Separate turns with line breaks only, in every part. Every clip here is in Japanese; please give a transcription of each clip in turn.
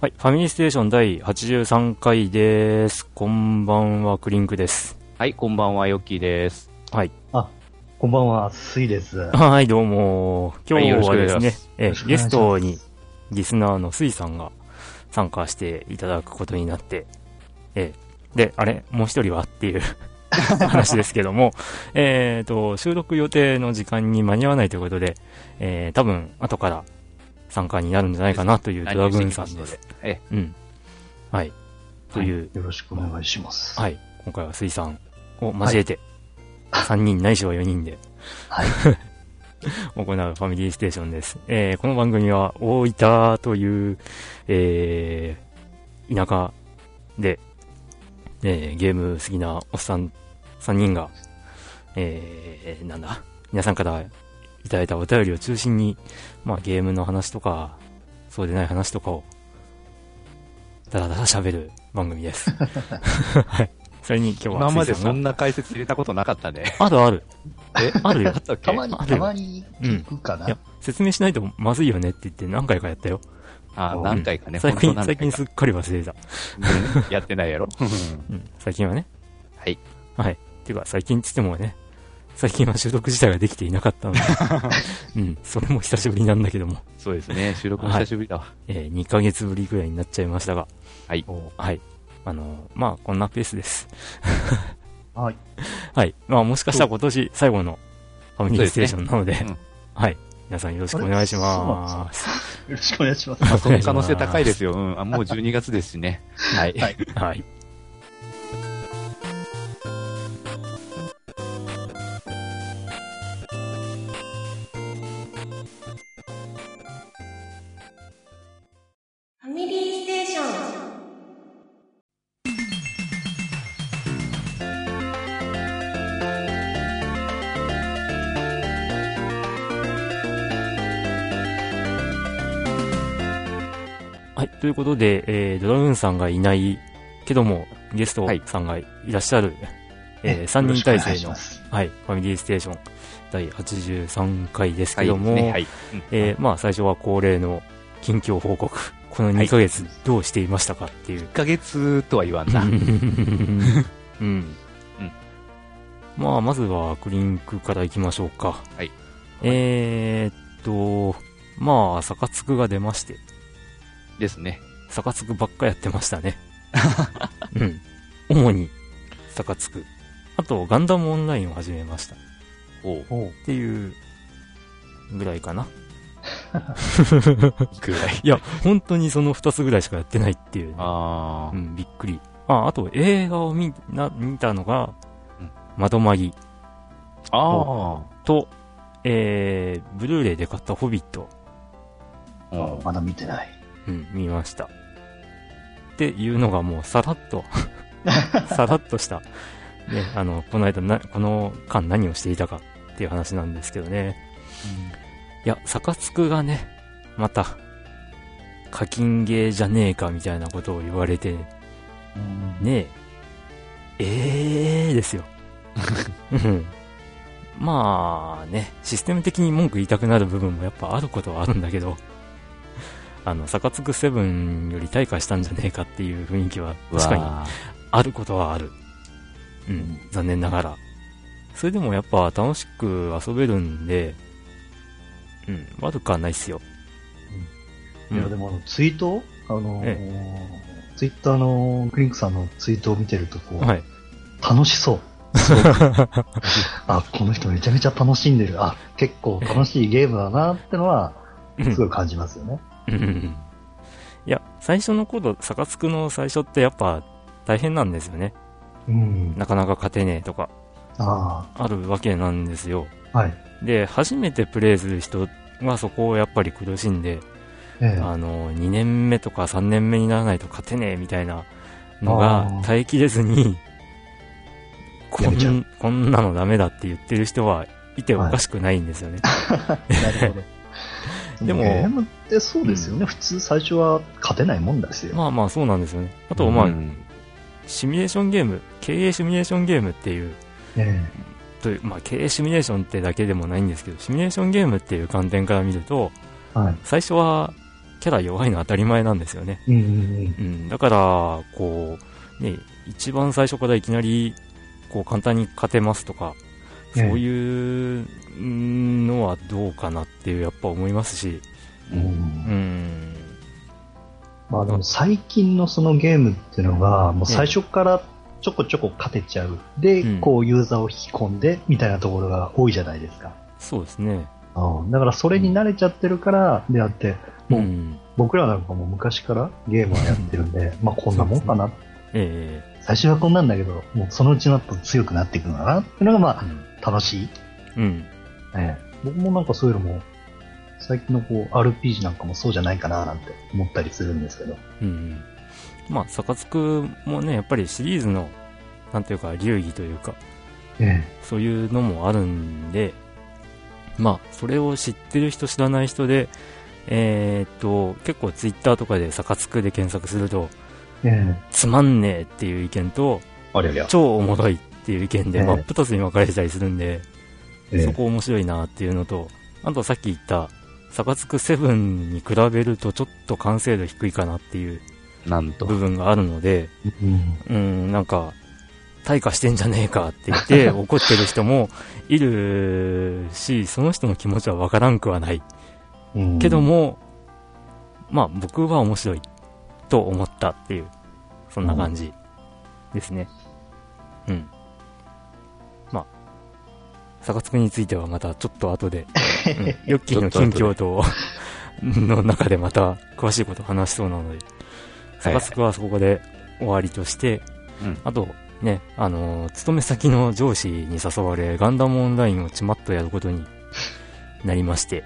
はい、ファミリーステーション第83回です。こんばんは、クリンクです。
はい、こんばんは、ヨッキーです。
こんばんは、スイです。よ
はい、どうも。今日はです
はいよろしくお願い
ね
します、
え
ろしくお願
ゲ
いし
ス
ます
トにリスナーのスイさんが参加していただくことになって、えで、あれ、もう一人はっていう 話ですけども、えっと、収録予定の時間に間に合わないということで、えー多分、後から参加になるんじゃないかなというドラグーンさん
何
で
をして
す
き。ますので。
うん。はい。という、
ろしくお願いします。
はい。今回は水産を交えて、3人ないしは4人で、
はい
行うファミリーステーションです。えーこの番組は大分という、えー田舎で、えーゲーム好きなおっさん3人が、えーなんだ、皆さんからいただいたお便りを中心に、まあゲームの話とか、そうでない話とかを、だらだら喋る番組 です。はい。それに今日は、
今まで
スイさ
そ
ん
ん
が
な解説入れたことなかったね。
あるある。
え
あるよ
あ。ったっけ
たまに、
ある
たまに聞くか
いや
な。
説明しないとまずいよねって言って何回かやったよ。
あ、何回かね、
最
本
近
当、何
最
回
近す
か
っかり忘れた。
うんやってないやろ。
うん。最近はね。
はい。
はい。っていうか、最近って言ってもね、最近は収録自体ができていなかった ので、うん。それも久しぶりなんだけども、
そうですね、収録も久しぶりだわ。
えー、2ヶ月ぶりぐらいになっちゃいましたが、
はい。
はい。あのーまあ、こんなペースです。
はい。
はい。まあ、もしかしたら今年最後のファミリーステーションなので、
そうですね
はい。皆さんよろしくお願いします。
よろしくお願いします。
まあ、その可能性高いですよ。うん。あもう12月ですしね。はい。
はい
はい。
ファミリーステーション。
はい。ということで、えー、ドラグーンさんがいないけども、ゲストさんがいらっしゃる、えー、3人体制の
よろ、しくお願いします
はい、ファミリーステーション第83回です
は
け
い。
ども、
ねはい。
えー、まあ、最初は恒例の近況報告。この2ヶ月どうしていましたかっていう
1。ヶ月とは言わんな。
うん。まあ、まずはクリンクから行きましょうか。
はい。
えーっと、まあ、サカツクが出まして、
ですね。
サカツクばっかやってました ね。うん。主に、サカツク。あと、ガンダムオンラインを始めました。っ
おう。
おう
ていう、ぐらい かな。
ぐらい。
いや、本当にその2つぐらいしかやってないっていうね、
あ
う
ー。
ん、びっくり。あ、あと映画を見な見たのが
うん、
窓まぎ
あ
と、えー、ブルーレイで買ったホビット、
ー。うん
まだ見てない。
うん、見ました。っていうのがもうさらっ と、さらっとした。ね、あの、この間な、この間何をしていたかっていう話なんですけどね。いや、サカツクがね、また、課金ゲーじゃねえかみたいなことを言われて、
うん
ねえ、えーですよ。うんまあね、システム的に文句言いたくなる部分もやっぱあることはあるんだけど、あの、サカツクセブンより退化したんじゃねえかっていう雰囲気は確かに
わ
あることはある。うん、残念ながら。それでもやっぱ楽しく遊べるんで、うん、悪くはないっすよ。
いや、でもあの、ツイートあのー
え、
ツイッターのクリンクさんのツイートを見てると、こう、
はい。
楽しそう。あ、この人めちゃめちゃ楽しんでる。あ、結構楽しいゲームだなってのは、すごい感じますよね。
うんいや、最初の頃、サカツクの最初ってやっぱ大変なんですよね。
うん。
なかなか勝てねえとか、
あ
あるわけなんですよ。
あ、はい。
で、初めてプレイする人はそこをやっぱり苦しんで、
ええ
あの、2年目とか3年目にならないと勝てねえみたいなの
あ
が
ー
耐えきれずに、こ、
やめちゃうん
こんなのダメだって言ってる人はいておかしくないんですよ ね。
なるほ ど。
でも
ゲームってそうですよね。普通最初は勝てないもんですよ。
まあまあそうなんですよね。あと、まあ、
うん
シミュレーションゲーム、経営シミュレーションゲームっていう、
え
というまあ経営シミュレーションってだけでもないんですけど、シミュレーションゲームっていう観点から見ると、
えはい。
最初はキャラ弱いの当たり前なんですよね。
うんうんうん。
うん、だから、こう、ね、一番最初からいきなり、こう、簡単に勝てますとか、
え
そういううんのはどうかなっていう、やっぱ思いますし、
う
うん
うんん、
まあでも最近のそのゲームっていうのが、もう最初からちょこちょこ勝てちゃう。で
うん、
こうユーザーを引き込んで、みたいなところが多いじゃないですか。
そうですね。
うんだからそれに慣れちゃってるから、であって、
う、
もうん僕らなんかもう昔からゲームはやってるんで、まあこんなもんかな。
え
最初はこんなんだけど、もうそのうちになっと強くなっていくんだなっていうのが
え
まあ楽しい。
うん、うん、
ええ僕もなんかそういうのも、最近のこう RPG なんかもそうじゃないかななんて思ったりするんですけど。
うん。まあ、サカツクもね、やっぱりシリーズの、なんていうか、流儀というか、
え
そういうのもあるんで、まあ、それを知ってる人、知らない人で、えーっと、結構ツイッターとかでサカツクで検索すると、
ええ
つまんねえっていう意見と、
えありゃりゃ。
超おもろいっていう意見で
ええ
真っ二つに分かれてたりするんで、
え
そ
え
こ面白いなっていうのと、あとさっき言った、サカツクセブンに比べるとちょっと完成度低いかなっていう
なんと。
部分があるので、
うん
うん、なんか、退化してんじゃねえかって言って怒ってる人もいるし、その人の気持ちはわからんくはない。
うん
けど、も、まあ僕は面白いと思ったっていう、そんな感じですね。うん。まあ、サカツクについてはまたちょっと後で、 うん、ヨッキーの近況と、の中でまた詳しいこと話しそうなので、サカツクはそこで終わりとして、
うん
あと、ね、あのー勤め先の上司に誘われ、ガンダムオンラインをちまっとやることになりまして、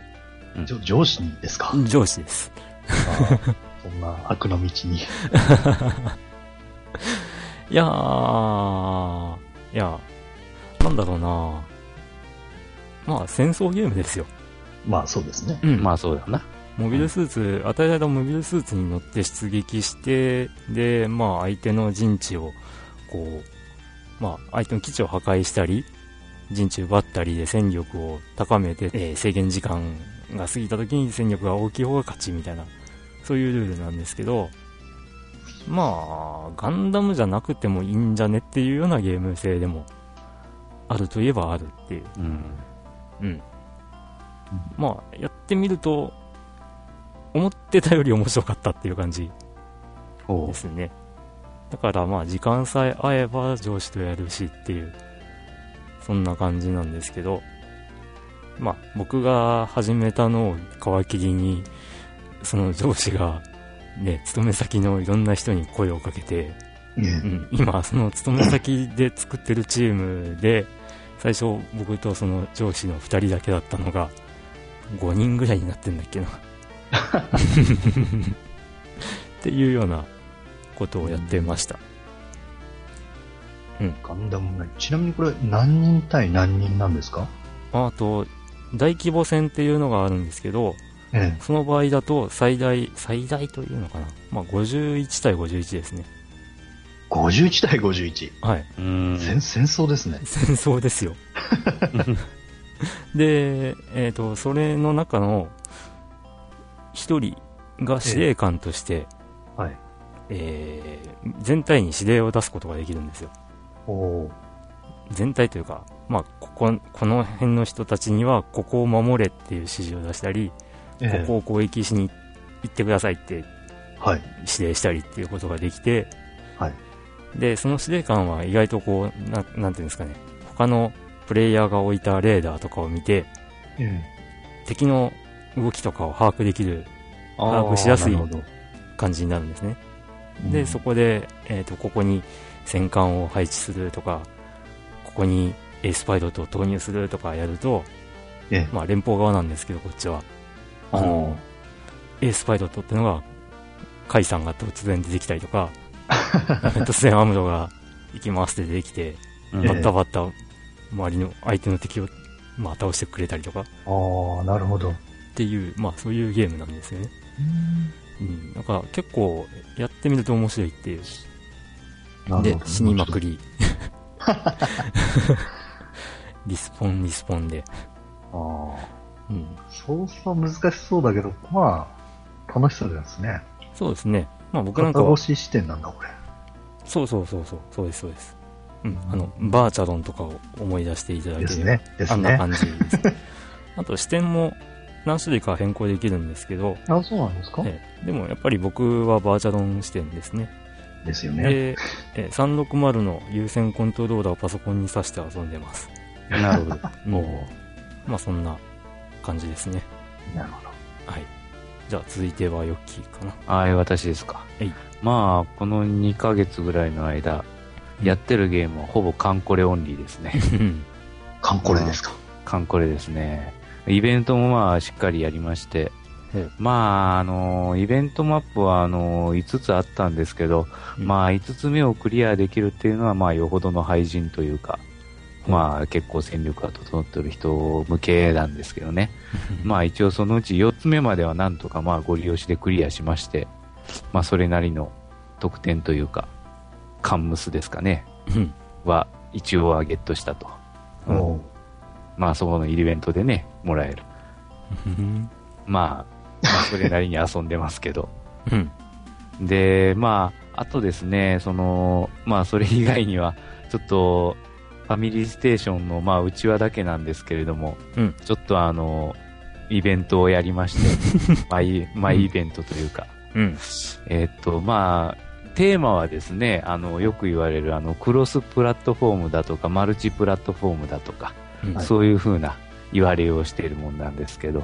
じょ上司にですか、
上司です。
そんな悪の道に。
いやー、いや、なんだろうなまあ、戦争ゲームですよ。
まあそうですね。
うん
まあそうだよな。
モビルスーツ、与えられたモビルスーツに乗って出撃して、で、まあ、相手の陣地を、こう、まあ、相手の基地を破壊したり、陣地奪ったりで戦力を高めて、えー制限時間が過ぎた時に戦力が大きい方が勝ちみたいな、そういうルールなんですけど、まあ、ガンダムじゃなくてもいいんじゃねっていうようなゲーム性でも、あるといえばあるっていう。
うん。
うん。まあ、やってみると、思ってたより面白かったっていう感じ
ほ
ですね。だからまあ、時間さえ合えば上司とやるしっていう、そんな感じなんですけど、まあ、僕が始めたのを皮切りに、その上司が、ね、勤め先のいろんな人に声をかけて、
ね
うん、今、その勤め先で作ってるチームで、最初、僕とその上司の2人だけだったのが、5人ぐらいになってんだっけな。っていうようなことをやってました。
ガンダムがちなみにこれ何人対何人なんですか
あと、大規模戦っていうのがあるんですけど、
え
その場合だと最大、最大というのかな。まあ、51対51ですね。
え、51対51。
はい。
う。うん。
戦戦争ですね。
戦争ですよで、えー、とそれの中の一人が司令官として、
はい。
えー全体に指令を出すことができるんですよ
おお
全体というか、まあ、こここの辺の人たちにはここを守れっていう指示を出したり、
ー。ええ
ここを攻撃しに行ってくださいって
はい。
指令したりっていうことができて、
はい
でその司令官は意外とこうななんていうんですかね他のプレイヤーが置いたレーダーとかを見て
ええ
敵の動きとかを把握できる
あ
把握
ー
しやすい
なるほど
感じになるんですね、
う
で
ん
そこで、えー、とここに戦艦を配置するとかここにエースパイロットを投入するとかやると、
ええ
まあ、連邦側なんですけどこっちはあのエースパイロットってのが甲斐さんが突然出てきたりと か突然アムロが行きますって出てきて
うん
バッタバッタ周りの相手の敵をまあ、倒してくれたりとかっ
ああ、なるほど。
ていう、まあ、そういうゲームなんですよね。うん、なんか結構やってみると面白いっていう。
なる
で
ほ、ど。
死にまくり。 リスポン、リスポンで。
あ
うん、
あ、操作難しそうだけど、まあ、楽しそうですね。
そうですね。まあ僕なんか
片
は
押、し視点なんだ、これ。
そうそうそうそう、そうです、そうです。うん、あの、バーチャロンとかを思い出していただい
です
て、
ね。で
あ
す
んな
ね。
感じです。 あと視点も何種類か変更できるんですけど、
あ、そうなんですか、
ええでもやっぱり僕はバーチャロン視点ですね。
ですよ
で
ね。
ええ360の有線コントローラーをパソコンに挿して遊んでます。
なるほど。
もう、まあそんな感じですね。
なるほど。
はい。じゃあ続いてはヨッキーかな。
はい、私ですか。
はい
まあ、この2ヶ月ぐらいの間、やってるゲームはほぼカンコレオンリーですね。
カンコレですか。
カンコレですね。イベントもまあ、しっかりやりまして
うん、
まあ、あの、イベントマップは、あの、5つあったんですけど、まあ、5つ目をクリアできるっていうのは、まあ、よほどの廃人というか、まあ、結構戦力が整ってる人向けなんですけどね。まあ一応そのうち4つ目まではなんとかまあご利用しでクリアしまして、まあそれなりの得点というか、カンムスですかね、
うん
は一応はゲットしたと。う
お
ん
お
まあそこのイベントでね、もらえる。
うん
まあ、まあそれなりに遊んでますけど。
うん
で、まあ、あとですね、その、まあそれ以外には、ちょっと、ファミリーステーションの、まあ、うちわだけなんですけれども、
うん
ちょっとあの、イベントをやりま して、マイ、マイイベントというか、
うん
えーっと、まあ、テーマはですね、あの、よく言われる、あの、クロスプラットフォームだとか、マルチプラットフォームだとか、
うん
そういうふうな言われをしているもんなんですけど、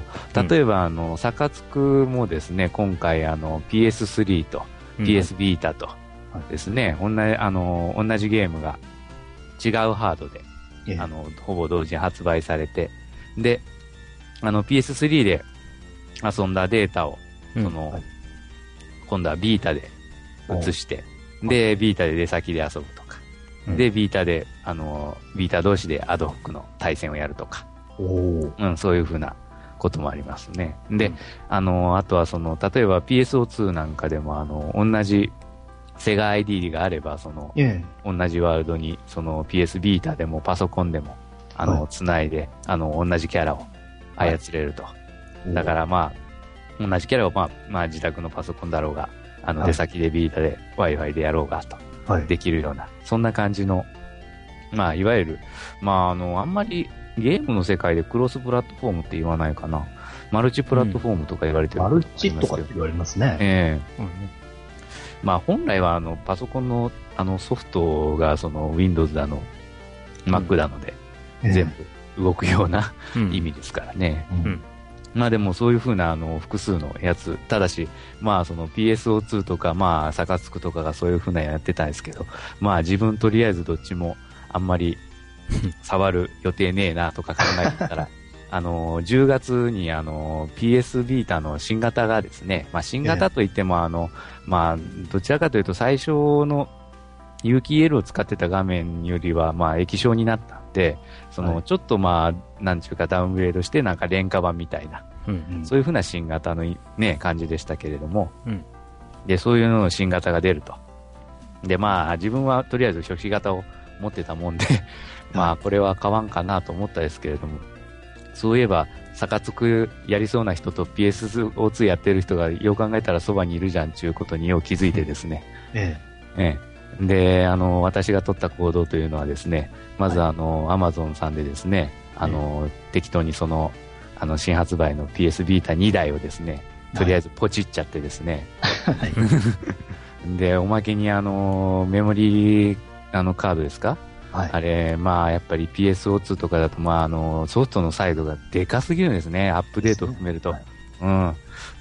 例えば、あの、サカツクもですね、今回、あの、PS3 と、
うん
PS ビータとですね、同じ、あの、同じゲームが違うハードで、
ええ
あの、ほぼ同時に発売されて、で、あの、PS3 で遊んだデータを、
うん
その、
はい
今度はビータで移して、で、ビータで出先で遊ぶとか、
うん
で、ビータで、あの、ビータ同士でアドホックの対戦をやるとか、
おー
うん、そういうふうなこともありますね。で、
うん
あの、あとはその、例えば PSO2 なんかでも、あの、同じセガ ID があれば、その、
ええ。
同じワールドに、その PS ビータでもパソコンでも、あの、
は
つないで、あの、同じキャラを操れると。だからまあ、同じキャラを、まあ、まあ、自宅のパソコンだろうが、あの、
はい
出先でビータで Wi-Fi でやろうがと、
ら、はい。
できるような、そんな感じの、まあ、いわゆる、まあ、あの、あんまりゲームの世界でクロスプラットフォームって言わないかな。マルチプラットフォームとか言われてる
マ
ことも
ル
あ
チ
りま
と
す
か
け
っ
ど
て言われますね。
ええ
うん
まあ本来はあのパソコンのあのソフトがその Windows だの、Mac だので
ええ
全部動くような
うん
意味ですからね。
うん
うん
まあでもそういうふうなあの複数のやつ、ただし、まあその PSO2 とか、まあサカツクとかがそういうふうなやってたんですけど、まあ自分とりあえずどっちもあんまり 触る予定ねえなとか考えてたら、 あの、10月にあの、PS ビータの新型がですね、まあ新型といってもあの、まあどちらかというと最初の有機 EL を使ってた画面よりは、まあ液晶になったんで、そ
は
の、
い
ちょっとまあ、なんちゅうかダウングレードして、なんか廉価版みたいな、
うん
そういうふうな新型のい、ね、感じでしたけれども、
うん
でそういうのの新型が出ると。で、まあ、自分はとりあえず初期型を持ってたもんで、 まあ、これは買わんかなと思ったですけれども、そういえば、サカツクやりそうな人と PSO2 やってる人が、よう考えたらそばにいるじゃんっていうことによう気づいてですね、
え
ええ、であの私が取った行動というのはですねまずあの、アマゾンさんでですねあの、適当にそのあの新発売の PS ビータ2台をですねとりあえずポチっちゃってですね、 でおまけにあのメモリーあのカードですか
え。はい。
あれ、まあ、やっぱり PSO2 とかだと、まあ、あのソフトのサイドがでかすぎるんですね、アップデートを含めると。
です
うん、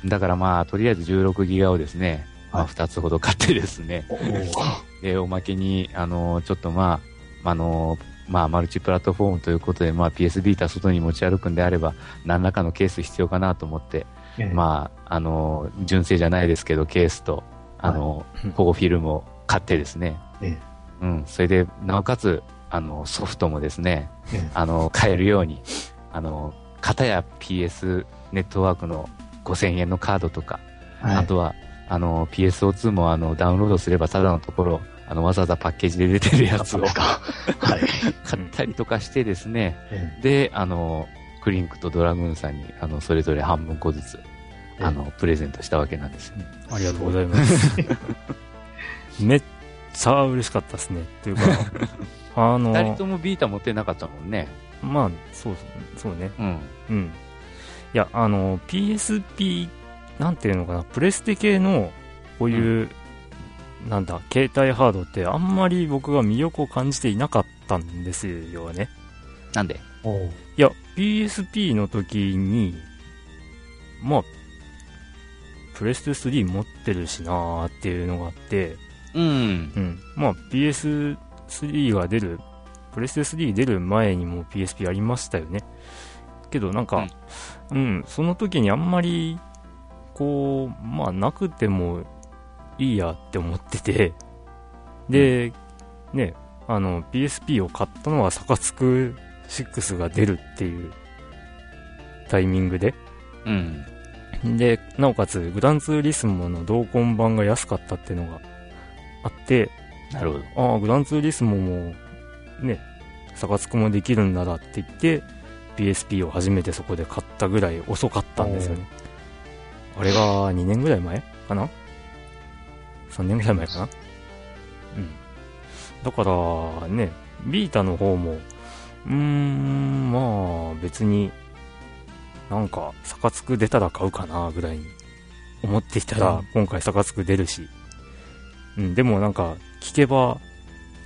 だから、まあ、とりあえず16ギガをですね、まあ、
はい
2つほど買ってですね、
おー
で、おまけに、あの、ちょっとまあ、あの、まあ、マルチプラットフォームということで、まあ、PS ビータ外に持ち歩くんであれば、何らかのケース必要かなと思って、
ええ
まあ、あの、純正じゃないですけど、ケースと、あの、保護フィルムを買ってですね、
え
うん、それで、なおかつ、あの、ソフトもですね、
えええ
あの、買えるように、あの、片や PS ネットワークの5000円のカードとか、
はい、
あとは、あの、PSO2 もあの、ダウンロードすればただのところ、あの、わざわざパッケージで出てるや
あ
つ
そう
を
ですか。は
買
い。
ったりとかしてですね、
え
で、あの、クリンクとドラグーンさんに、あの、それぞれ半分個ずつ、
え
あの、プレゼントしたわけなんですよね。
ありがとうござい ます。めっちゃ嬉しかったですね。というか、あ
二人
の
と、もビータ持ってなかったもんね。
まあ、そうそう、そうね。
うん。
うん。いや、あの、PSP、なんていうのかな、プレステ系の、こういう、なんだ、携帯ハードって、あんまり僕は魅力を感じていなかったんですよね。
なんで
おう
いや、PSP の時に、まあ、プレステ3持ってるしなーっていうのがあって、
うん。
うん。まあ、PS3 が出る、プレステ3出る前にも PSP ありましたよね。けどなんか、うん、その時にあんまり、こう、まあ、なくてもいいやって思ってて、で、ね、あの、PSP を買ったのは、サカツク6が出るっていうタイミングで、
うん。
で、なおかつ、グランツーリスモの同梱版が安かったっていうのがあって、
なるほど。
ああ、グランツーリスモも、ね、サカツクもできるんだなって言って、PSP を初めてそこで買ったぐらい遅かったんですよね。あれが2年ぐらい前かな ?3 年ぐらい前かなうん。だから、ね、ビータの方も、うーん、まあ、別に、なんか、サカツク出たら買うかな、ぐらいに思っていたら、
うん
今回サカツク出るし、うん、でもなんか、聞けば、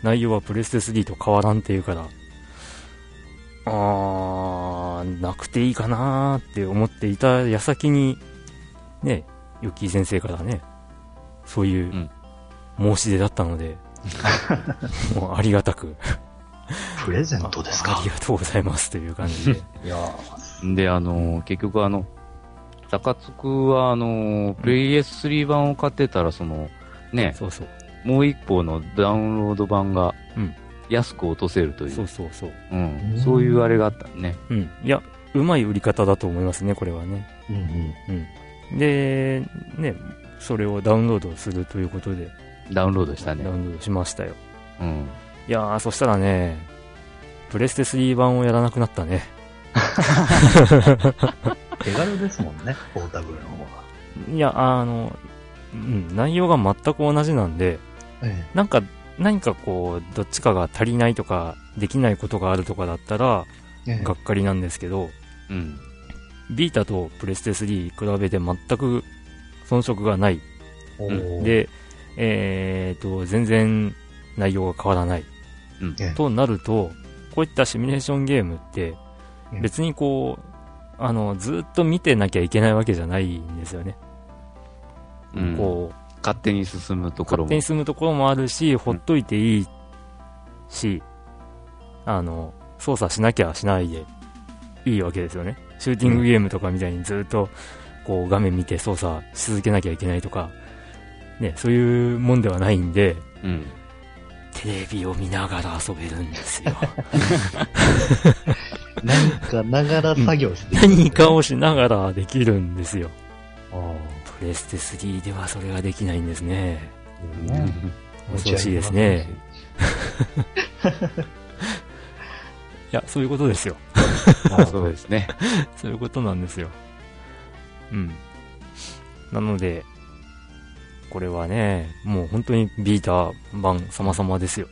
内容はプレステ3と変わらんっていうから、あー、なくていいかなーって思っていた矢先に、ね、ヨッキー先生からね、そういう
うん
申し出だったので、もうありがたく、
プレゼントですか
あ。りがとうございますという感じで。
いや
で、あのー結局あの、高津くは、あのー、PS3 版を買ってたら、その、ね、
そうそう。
もう一方のダウンロード版が
うん、
安く落とせるという、
そうそうそう。
うん、そういうあれがあったね。
うん。いや、うまい売り方だと思いますね、これはね。
ーうんうん。
うん。で、ね、それをダウンロードするということで、
ダウンロードしたね
ダ。ウンロードしましたよ。
うん。
いやー、そしたらね、プレステ3版をやらなくなったね。
手軽ですもんね、ポータブルの方が。
いや、あの、うん、内容が全く同じなんで、
え
なんか、何かこう、どっちかが足りないとか、できないことがあるとかだったら、
えええ
がっかりなんですけど、
うん。
ビータとプレステ3比べて全く遜色がない。
おー、
で、えーと、全然内容が変わらない。
うん
ええ
となると、こういったシミュレーションゲームって
う、ん
別にこう、あの、ずっと見てなきゃいけないわけじゃないんですよね。
うん、
こう、
勝手に進むとこ
勝
ろも
手に進むところもあるし、ほっといていいし、あの、操作しなきゃしないでいいわけですよね。シューティングゲームとかみたいにずっと、こう画面見て操作し続けなきゃいけないとか、ね、そういうもんではないんで、
うん、
テレビを見ながら遊べるんです よ。
なんか、ながら作業してるんですね
何かをしながらできるんですよ。
あー
プレステ3ではそれができないんですね。
いいね
恐ろしいですね。いや、そういうことですよ。
あそうです ね。
そういうことなんですよ。うん。なので、これはね、もう本当にビーター版様々ですよ。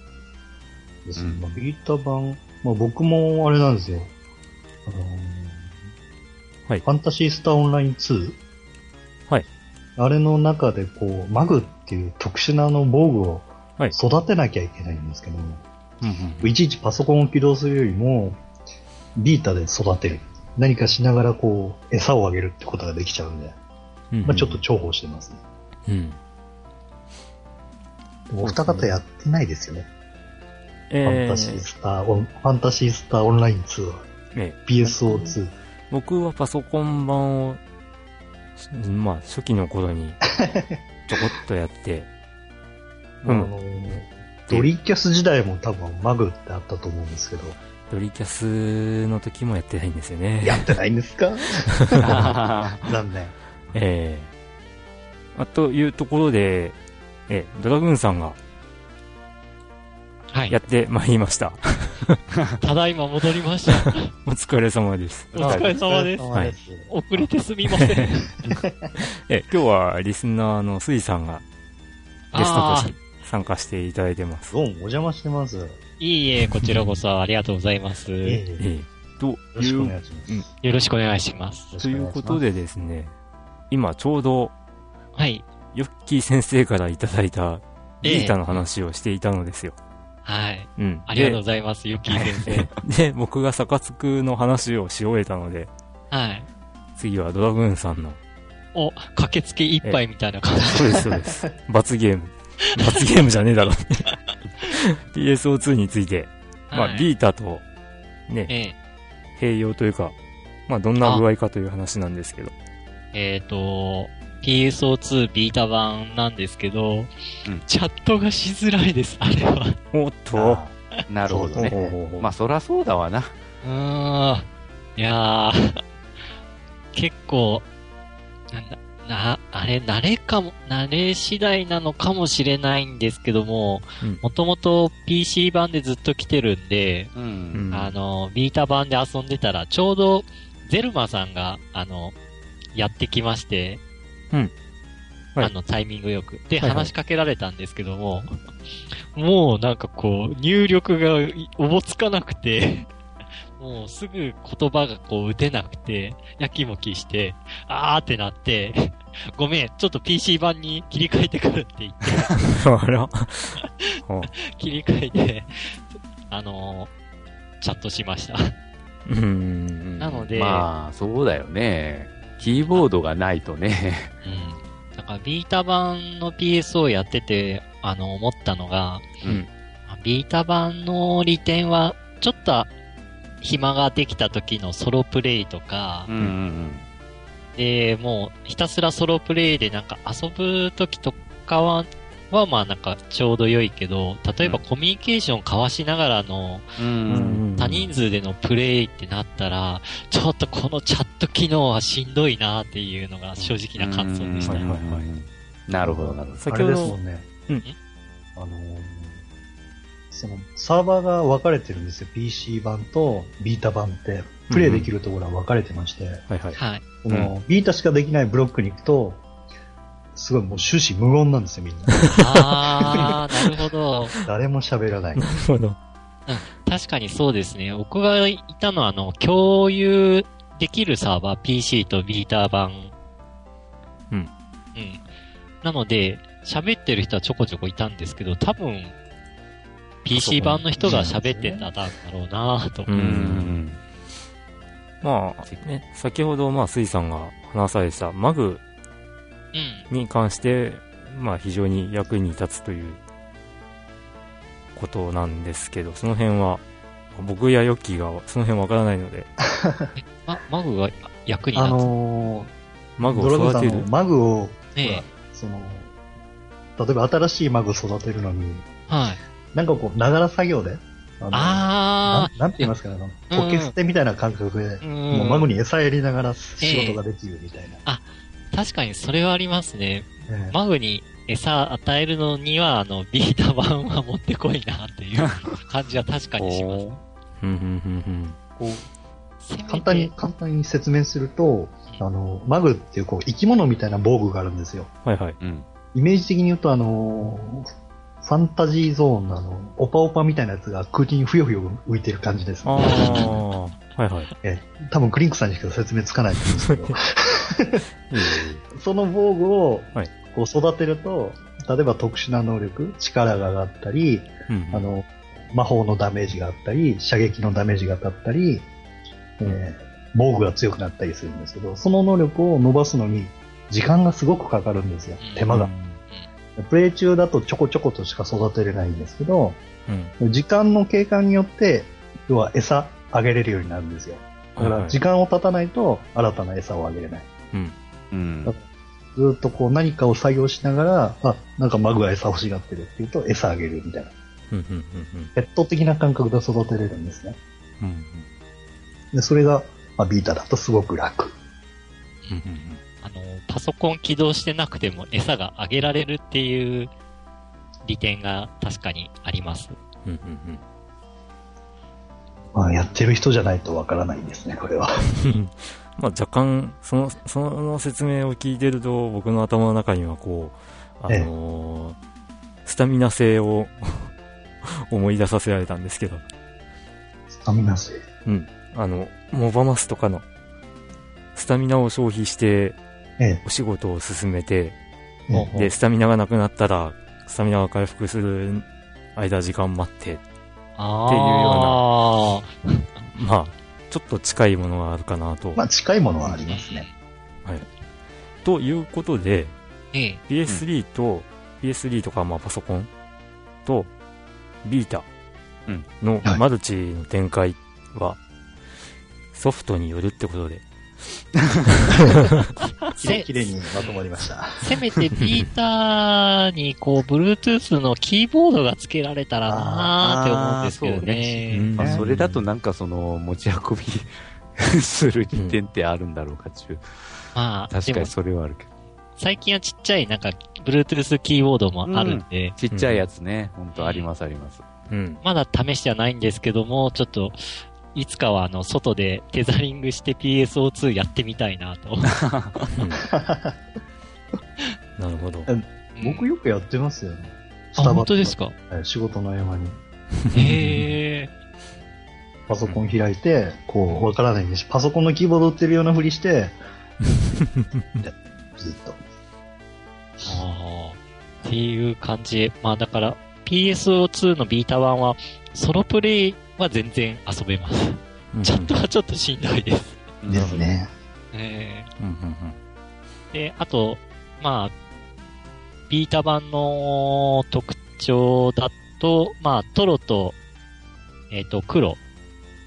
です
うん
まあビータ版、まあ、僕もあれなんですよ。あのー
はい
ファンタシースターオンライン2。
はい。
あれの中で、こう、マグっていう特殊なあの防具を
はい
育てなきゃいけないんですけども、
うん
い、ちいちパソコンを起動するよりも、ビータで育てる。何かしながらこう、餌をあげるってことができちゃうんで、
うん。
まあ、ちょっと重宝してますね。
うん。
でもお二方やってないですよね。ファン
え
タシー
ー、
スターオン、ファンタシースターオンライン2は
ね
PSO2。
僕はパソコン版を、しまあ、 初期の頃に、ちょこっとやって、
あ
うん
のー
て
ドリキャス時代も多分マグってあったと思うんですけど、
ドリキャスの時もやってないんですよね。
やってない んですか残念。
ええあというところで、えドラグーンさんがや
はい
っ。てまいりました。
ただいま戻り ました。
お疲れ様です。
お疲れ様です
お疲れ様です
遅れてすみません。ゲ
え今日はリスナーのスイさんがゲストとして参加していただいてます。
どうもお邪魔してます。
いいえ、こちらこそありがとうございます。
え
よ
え
ええと
よろ
い
しくお
う
願いします。
ろしくお願いします。
ということでですね、今ちょうど
はい。
ヨッキー先生からいただいた
ええ
ビータの話をしていたのですよ。
はい。
うん。
ありがとうご
う
ざいます、ゆきー先 生。
で、僕がサカツクの話をし終えたので、
はい。
次はドラグーンさんの。
お、駆けつけ一杯みたいな感じ。
そうです、そうです。 罰ゲーム。罰ゲームじゃねえだろ。PSO2 について、ま
は
あ、
い
ビータと、ね、
え
併用というか、まあ、どんな具合かという話なんですけど。
ええーと、PSO2 ビータ版なんですけ
う
ど、
ん
チャットがしづらいです、あれは。
おっ
あ
と、
なるほどね。
ほうほうほう
まあ、そらそうだわな。
うーん。いやー、結構、なんだ、な、あれ、慣れかも、慣れ次第なのかもしれないんですけども
うん、
もともと PC 版でずっと来てるんで、
う。
うんん
あの、ビータ版で遊んでたら、ちょうど、ゼルマさんが、あの、やってきまして、
うんはい
あの、タイミングよく。で、
はいはい
話しかけられたんですけども、 もうなんかこう、入力がいおぼつかなくて、 もうすぐ言葉がこう打てなくて、やきもきして、あーってなって、 ごめん、ちょっと PC 版に切り替えてくるって言って
あら。ほう
切り替えて、あのチャットしました。
うんうんうん。
なので、
まあ、そうだよね。キーボードがないとね。
うん。だからビータ版の PS をやってて、あの、思ったのが、
うん
ビータ版の利点は、ちょっと暇ができた時のソロプレイとか、
うんうん
で、もうひたすらソロプレイでなんか遊ぶ時とかは、はまあなんかちょうど良いけど、例えば
うん
コミュニケーション交わしながらの
う。
うんんう
うんん。
うん
多人数でのプレイってなったら、ちょっとこのチャット機能はしんどいなっていうのが正直な感想でした。
うんうんうん
なるほど、なるほど。
先
あ
ほ
れですも
ど、
んね。
うん
あのーその、サーバーが分かれてるんですよ。PC 版とビータ版って。プレイできるところは分かれてまして、
はいはい。
はい。
その、ビータしかできないブロックに行くと、すごいもう終始無言なんですよ、みんな。
あー、なるほど。
誰も喋らない。
なるほど。
確かにそうですね。僕がいたのは、あの、共有できるサーバー、PC とビーター版。
うん
うん。なので、喋ってる人はちょこちょこいたんですけど、多分、PC 版の人が喋ってたんだろうなと。
うん
うん。
まあ、ね、先ほど、まあ、スイさんが話されてたマグ
うん。
に関して、まあ、非常に役に立つということなんですけど、その辺は、僕やヨッキーがその辺わからないので、
ま、マグが役に
あ
立つ。
の
マ
ー、ドラ
グを
ムさ
育
ん
て
の
る。
マグを、
ね
その、例えば新しいマグ育てるのに、
はい。
なんかこう、ながら作業で、あの
あ
なんなんて言いますかね、あ
うん
のポケ捨てみたいな感覚で
ー、、
もうマグ
うん
に餌やりながら仕事ができるみたいな。
確かにそれはありますね。
ええ
マグに餌与えるのには、あの、ビータ版は持ってこいなっていう感じは確かにしま
う
す。
んうんうん
こう
せめて
簡単に、。簡単に説明すると、あの、マグっていうこう生き物みたいな防具があるんですよ。
うん。はいはい。
うん。
イメージ的に言うと、あの、ファンタジーゾーンのあの、オパオパみたいなやつが空気にふよふよ浮いてる感じです、
ああ、はいはい。
ええ多分クリンクさんにしか説明つかないと思うんですけど、その防具を
はい
こう育てると、例えば特殊な能力、力が上がったり、
うん
あの、魔法のダメージがあったり、射撃のダメージが当たったり、えー防具が強くなったりするんですけど、その能力を伸ばすのに時間がすごくかかるんですよ。手間が。プレイ中だとちょこちょことしか育てれないんですけど、
うん。
時間の経過によって、要は餌あげれるようになるんですよ。だか
はいは
ら
い
時間を経たないと新たな餌をあげれない。
うん。
ずっとこう何かを作業しながら、あ、なんかマグが餌欲しがってるって言うと餌あげるみたいな。
うんうん
ペット的な感覚で育てれるんですね。
うんうんうん
で、それが、まあ、ビータだとすごく楽。
うんうんうん
あの、パソコン起動してなくても餌があげられるっていう利点が確かにあります。
うんうん
まあ、やってる人じゃないとわからないんですね、これは。
うんまあ若干その、その説明を聞いてると、僕の頭の中にはこう、あのースタミナ性を思い出させられたんですけど、
スタミナ性。
うん、あの、モバマスとかの、スタミナを消費して、
ええ。
お仕事を進めて、
ええ
で、スタミナがなくなったら、スタミナが回復する間、時間待って、
あ
っていうよ
あー。
まあ、ちょっと近いものがあるかなと。
まあ、近いものはありますね。
ということで、
ええ。
PS3 と、PS3 とかまあパソコンとビータ
うん
の
はい
マルチの展開はソフトによるってことで、
きれいきれいにまとまりました。
せめてビーターにこう、Bluetooth のキーボードが付けられたらなーって思うんですけど
あーそうね
ね。
まあ
うん
それだとなんかその持ち運び する利点ってあるんだろうかっていう。
まあ、
確
で
か
も
にそれはあるけど。
最近はちっちゃいなんか、Bluetooth キーボードもあるんで、
ちっちゃいやつね、ほんとありますあります。
うん。
まだ試してはないんですけども、ちょっと、いつかはあの、外でテザリングして PSO2 やってみたいなと。
うんなるほど。
僕よくやってますよね。
あ、本当です
か
か
仕事の合間に。
へえ。
パソコン開いて、こう、わからないんです。パソコンのキーボード打ってるようなふり して、でずっと。
あーっていう感じ。まあだから、PSO2 のビータ版は、ソロプレイは全然遊べます。
うん
チャットはちょっとしんどいです。
ですね。
え
うんうん
ーで、あと、まあ、ビータ版の特徴だと、まあ、トロと、えっ、と、黒。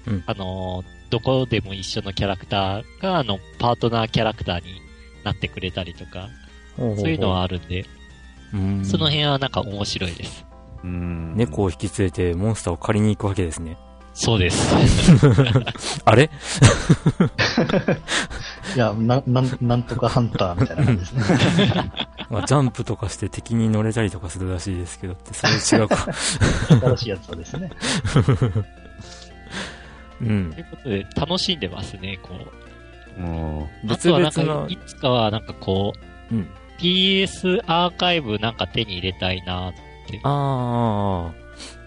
うん
あのー、どこでも一緒のキャラクターが、あの、パートナーキャラクターになってくれたりとか、
うん
そういうのは、あるんで、
うん
その辺はなんか面白いです。
うん。
猫を引き連れてモンスターを借りに行くわけです ね。
そうです。
あれ
いや、な、なん、なんとかハンターみたいな感じ ですね。
まあジャンプとかして敵に乗れたりとかするらしいですけどって、それ違う か。
新しいやつはですね。
うん
とい。うことで、楽しんでますね、こう。
うん。
あ
別
とは
々
なん
な
か、、いつかはなんかこう、
うん。
PS アーカイブなんか手に入れたいな
ああ、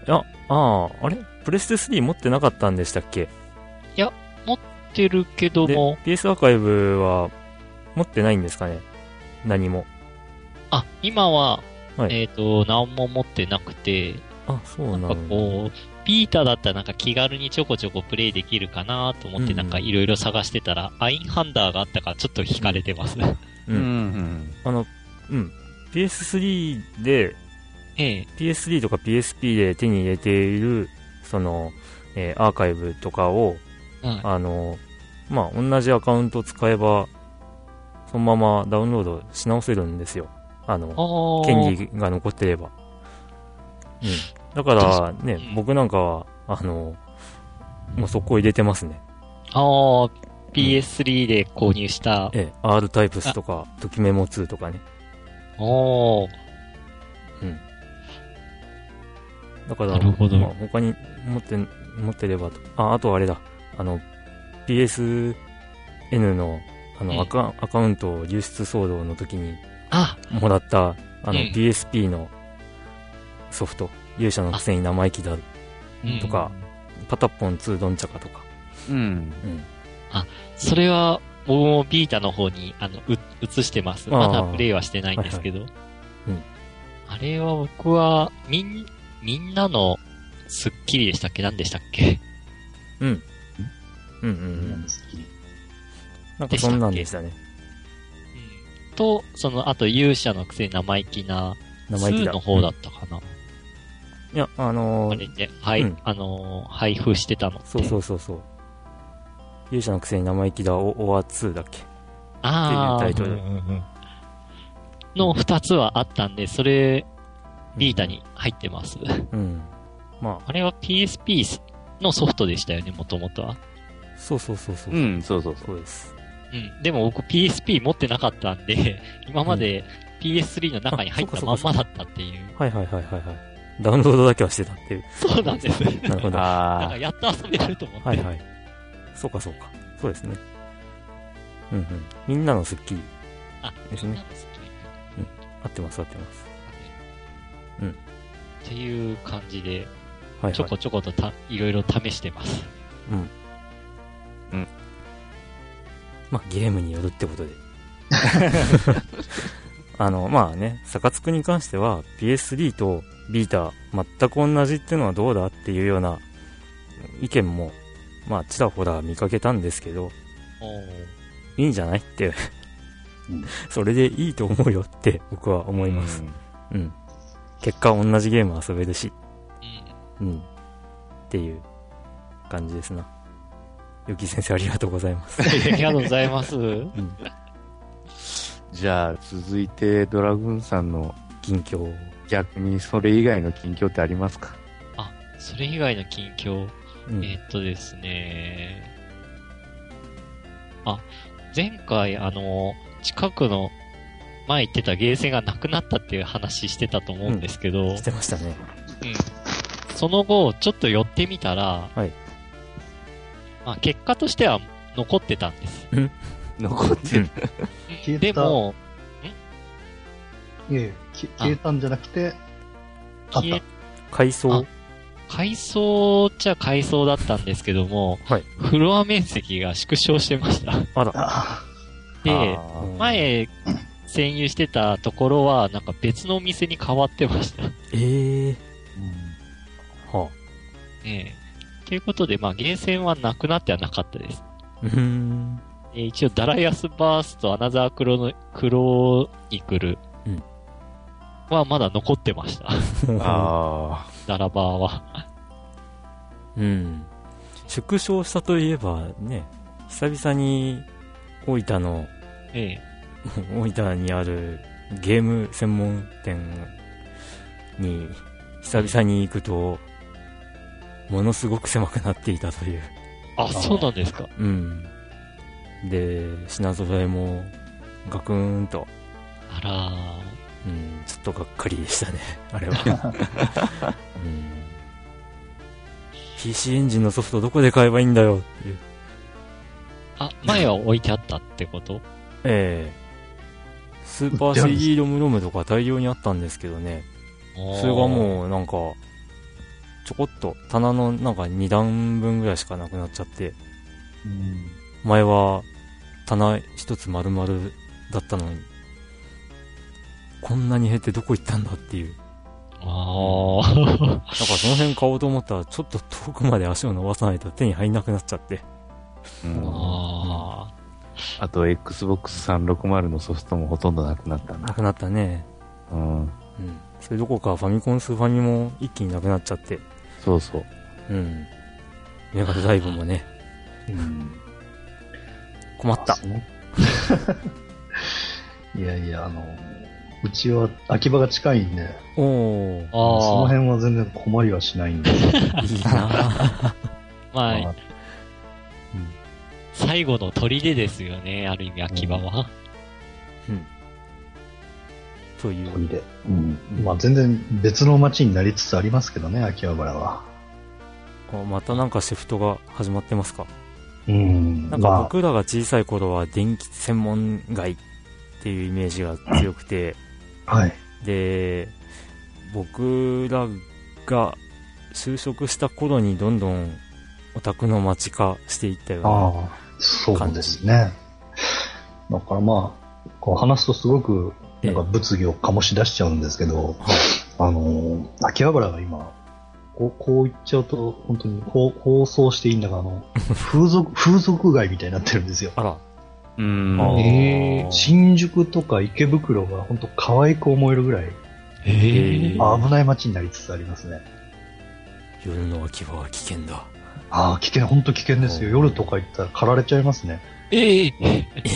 あ、ああ、あれプレステ3持ってなかったんでしたっけ
ってるけど
で
も、
PS アーカイブは持ってないんですかね何も。
あ、今は、
はい
えっ、と、何も持ってなくて、
あ、そうな
な
ん
か
んだ。
こう、ビータだったらなんか気軽にちょこちょこプレイできるかなと思っ
うんう
て
ん
なんかいろいろ探してたら、アインハンダーがあったからちょっと惹かれてます。
う
うんん。
あの、うん。PS3 で、
ええ。
PS3 とか PSP で手に入れている、その、えーアーカイブとかを、
うん
あの、まあ、同じアカウント使えば、そのままダウンロードし直せるんですよ。あの、
あー
権利が残ってれば。うん。だからね
う、ん
僕なんかは、あの、もう速攻入れてますね。
ああ、PS3 で購入した。
ええ、R タイプスとか、ときメモ2とかね。
おー
だから、
なるほど
まあ他に持って、持ってればと。あ、あとあれだ。あの、PSN の、あ
うん
の、アカアカウント流出騒動の時に
あ、
もらった、あの、
うん
PSP のソフト、勇者のくせに生意気だ、
うん
とか、パタッポン2ドンチャカとか。
うん。
うん。
それは、僕もビータの方に、あの、う、映してます。
あ
ま
あ
だプレイはしてないんですけど。
うん
あれは僕は、みん、みんなの、スッキリでしたっけ何でしたっけ
うんうんう。
うん好き
なんかそんなんでしたね。
と、その、あと勇者のくせに生意気な、
生意気だ。
2の方だったかな。
いや、あの
あ
ー
れで、はい、
うん
あのー配布してたのって。
そうそうそうそう。勇者のくせに生意気だ、オオア2だっけ。
ああ、
っていうタイトル
うんうんうんの2つはあったんで、それ、ビータに入ってます。
うん。ま
あれは PSP のソフトでしたよね、もともとは。
あ、そうそうそうそう。
うん、そうそうそう。
そうです。
うん。でも僕 PSP 持ってなかったんで、 今まで PS3 の中に入ったまんまだったっていう。
はいはいはいはいはい。ダウンロードだけはしてた っていう。
そうなん です。だ
なるほど。は
から
あ
やっと遊べると思って。
いはい。そうかそうか。そうですね。うんうん。みんなのスッキリ。
あ、
です
みん
ね
なの好き
合ってます合ってます。
な
うん
っていう感じで、
はい
ちょ
はい
こ。ちょことた、いろいろ試してます。
まあ、ゲームによるってことで。 あの、まあね、サカツクに関しては PS3 とビータ全く同じってのはどうだっていうような意見も、まあ、ちらほら見かけたんですけど、
おー
いいんじゃないって
うん、
それでいいと思うよって僕は思
あ。
います。
うん
うん。結果同じゲーム遊べるし、
うん。
うん。っていう感じですな。ゆき先生ありがとうございます。
ありがとうございます。
うん
じゃあ、続いて、ドラグーンさんの
近況。
逆にそれ以外の近況ってありますか
それ以外の近況。
うん
えーっとですね。あ、前回、あの、近くの前行ってたゲーセンがなくなったっていう話してたと思うんですけど、
してましたね。
うんその後、ちょっと寄ってみたら、
はい
まあ、結果としては残ってたんです。
残ってる。
消えた
でも、
いえいえ、き消えたんじゃなくて、あっ
消え
改装
改装っちゃ改装だったんですけども、
はい
フロア面積が縮小してました。
あら
た。。あ
で、
あー
前、占有してたところは、なんか別のお店に変わってました。
ええは
ねえ。ということで、まあ、ゲーセンはなくなってはなかったです。
あ。うーん。
えー一応、ダライアスバースとアナザークロノクロニクル
うん
はまだ残ってました。
あ
ダラバーは。
うん。縮小したといえばね、久々に大分の、
え
大分にあるゲーム専門店に久々に行くと、ものすごく狭くなっていたという。
え。あ、そうなんですか。
うん。で、品揃えもガクーンと、
あらー
うん、ちょっとがっかりでした ね、あれは。うん、PC エンジンのソフトどこで買えばいいんだよっていう。
あ、前は置いてあったってこと
ええスーパー CD ロムロムとか大量にあったんですけどね、それが
う。
もうなんか、ちょこっと棚のなんか2段分ぐらいしかなくなっちゃって、
ーうん
前は棚一つ丸々だったのに、こんなに減ってどこ行ったんだっていう。
あ
なんかその辺買おうと思ったら、ちょっと遠くまで足を伸ばさないと手に入んなくなっちゃって。
ーう
ー
ん
あ
あと、Xbox360 のソフトもほとんどなくなった
な
な。
くなったね。
うん。
うん。それどこかファミコンスーファミも一気になくなっちゃって。
そうそう。
うん。メガドライブもね、
うん
困った。
そうね いやいや、あの、うちは秋葉が近いんで、
おー
ー。。あ
その
ー。
辺は全然困りはしないんで。
いいなぁ
ま
ま
あ
あ、
最後の砦ですよね、ある意味、秋葉は。
とい
鳥
う。
で。うん。まあ全然別の街になりつつありますけどね、秋葉原は。
あまたなんかシフトが始まってますか
うん。
なんか
まあ、
僕らが小さい頃は電気専門街っていうイメージが強くて、
はい。
で僕らが就職した頃にどんどんオタクの街化していったような
ああ、そうですね。だからまあ、こう話すとすごく、なんか物議を醸し出しちゃうんですけど、あのー、秋葉原が今、こうこう言っちゃうと、本当に放放送していいんだが、あ の、風俗、風俗街みたいになってるんですよ。
あら
うん
あー
えー新宿とか池袋が本当可愛く思えるぐらい
えー
危ない街になりつつありますね。
夜の秋葉は危険だ
ああ、危険、本当危険ですよ。
うん
夜とか行ったら狩られちゃいますね。
ええ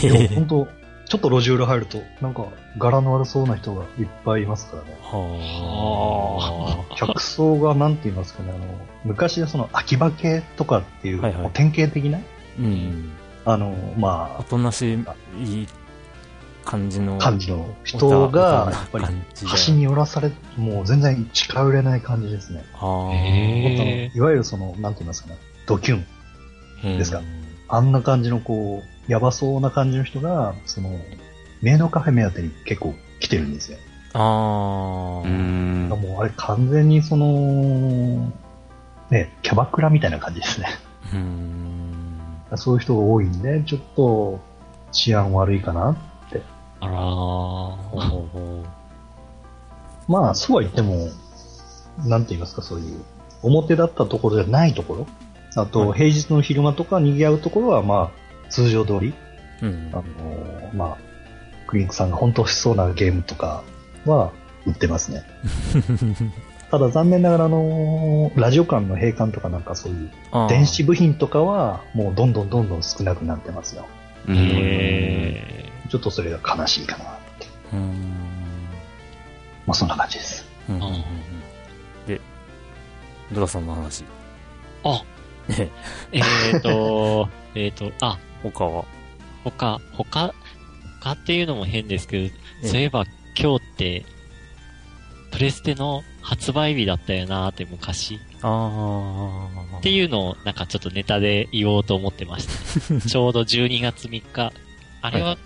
でも本当、ちょっと路地裏入ると、なんか、柄の悪そうな人がいっぱいいますからね。
は
客層がなんて言いますかね、あの、昔その秋葉系とかっていう、
はいはい
もう典型的な、
あ。うん。
あの、
お
ま
となしい、いい感じの。
あ、感じの人が、やっぱり、端に寄らされ、もう全然近寄れない感じですね。
は
へ
いわゆるその、なんて言いますかね、ドキュン。
ー
ですかあんな感じのこう、やばそうな感じの人が、その、メイドカフェ目当てに結構来てるんですよ。
あ
う
あ。
ん
もうあれ完全にその、ね、キャバクラみたいな感じですね。
うん。
そういう人が多いんで、ちょっと治安悪いかな。
あら
ほうほう
ー。
ほ
まあ、そうは言っても、なんて言いますか、そういう、表だったところじゃないところ。あと、平日の昼間とか賑わうところは、まあ、通常通り、
う。うん
あ。のーまあ、クリンクさんが本当欲しそうなゲームとかは売ってますね。ただ残念ながら、あのーラジオ館の閉館とかなんかそういう
あー
電子部品とかはもうどんどんどんどん少なくなってますよ。
へ
ちょっとそれが悲しいかなって。
うん。
まあそんな感じです。
うんうんうんうん
あ
で、ドラさんの話。
ー。あ、
ね
えーと、 えーと、あ、
他は。
他、他、他っていうのも変ですけ
え
ど、そういえば今日って、プレステの発売日だったよなーって昔。
ああ。
っていうのをなんかちょっとネタで言おうと思ってま した。ちょうど12月3日。あれは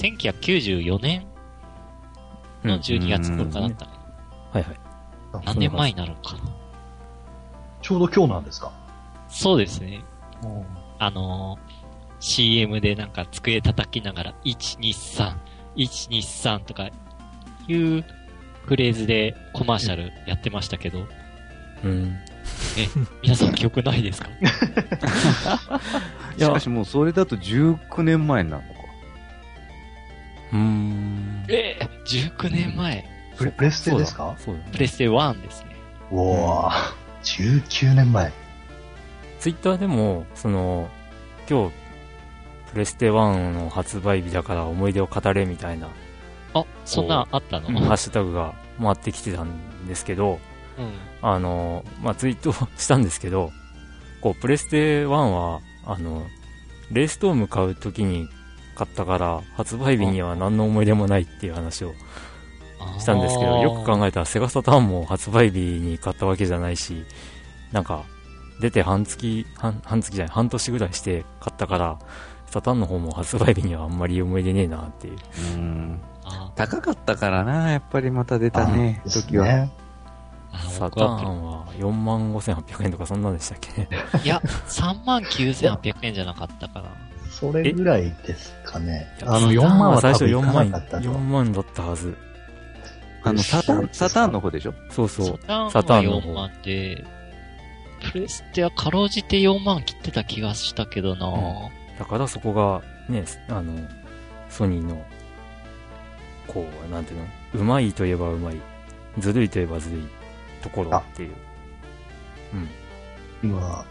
1994年の12月
うん
3日だったね。
はいはい。
何年前になるのかな。
ちょうど今日なんですか
そうですね。
うん
あのー CM でなんか机叩きながら、123、123とかいうフレーズでコマーシャルやってましたけど、
うん。
皆さん記憶ないですか
いや
しかしもうそれだと19年前になるのか。
うん。
えー ?19 年前、
プレプレステですか
そうだね
プレステ1ですね。
うわぁ、19年前。
ツイッターでも、その、今日、プレステ1の発売日だから思い出を語れみたいな、
あ、そんなあったの、
ハッシュタグが回ってきてたんですけど、
うん
あの、まあ、ツイートしたんですけど、こう、プレステ1は、あの、レーストーム買うときに買ったから、発売日には何の思い出もないっていう話をしたんですけど、よく考えたらセガサターンも発売日に買ったわけじゃないし、なんか、出て半月、半半月じゃない、半年ぐらいして買ったから、サターンの方も発売日にはあんまり思い出ねえなっていう。
うん。
あ
高かったからな、やっぱりまた出たね、
あ
時は。。
あ
サ
僕
ター
は
ンは4万5800円とかそんなんでしたっけ
いや、3万9800円じゃなかったかな。
それぐらいですかね。 あ
サタ
の、
ー
4
ン
万は
最
最
初4
初4万
万、
いかったと。
4万だったはず。
あの、サターン、サターンの方でしょ
そうそう。
サ
サ
タ
タ
ー
ー
ン
ン
は
の
4
方
万で、プレステはかろうじて4万切ってた気がしたけどな、
うんだからそこが、ね、あの、ソニーの、こう、なんていうの、うまいといえばうまい、ずるいといえばずるいところっていう。うん。
今、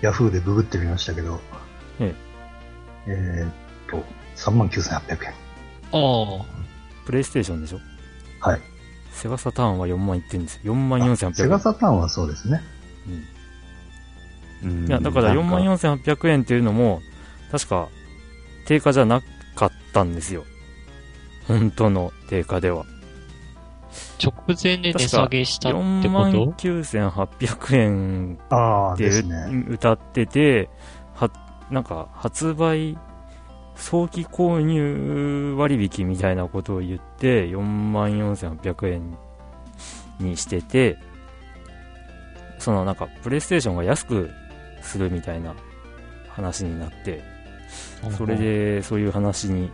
ヤフーでググってみましたけど、
え
えーっと、39,800円。
ああ、
プレイステーションでしょ
はい。
セガサターンは4万いってるんですよ。4万4800円。
セガサターンはそうですね。
うん
うん
いや、だから4万4800円っていうのも、確か、定価じゃなかったんですよ。本当の定価では。
直前で値下げしたって
4
こ
万
と
9800円
ああ、
っ
です
て、
ね。
歌ってて、は、なんか発売、早期購入割引みたいなことを言って、44,800円にしてて、そのなんか、プレイステーションが安くするみたいな話になって、それ。で、そういう話に、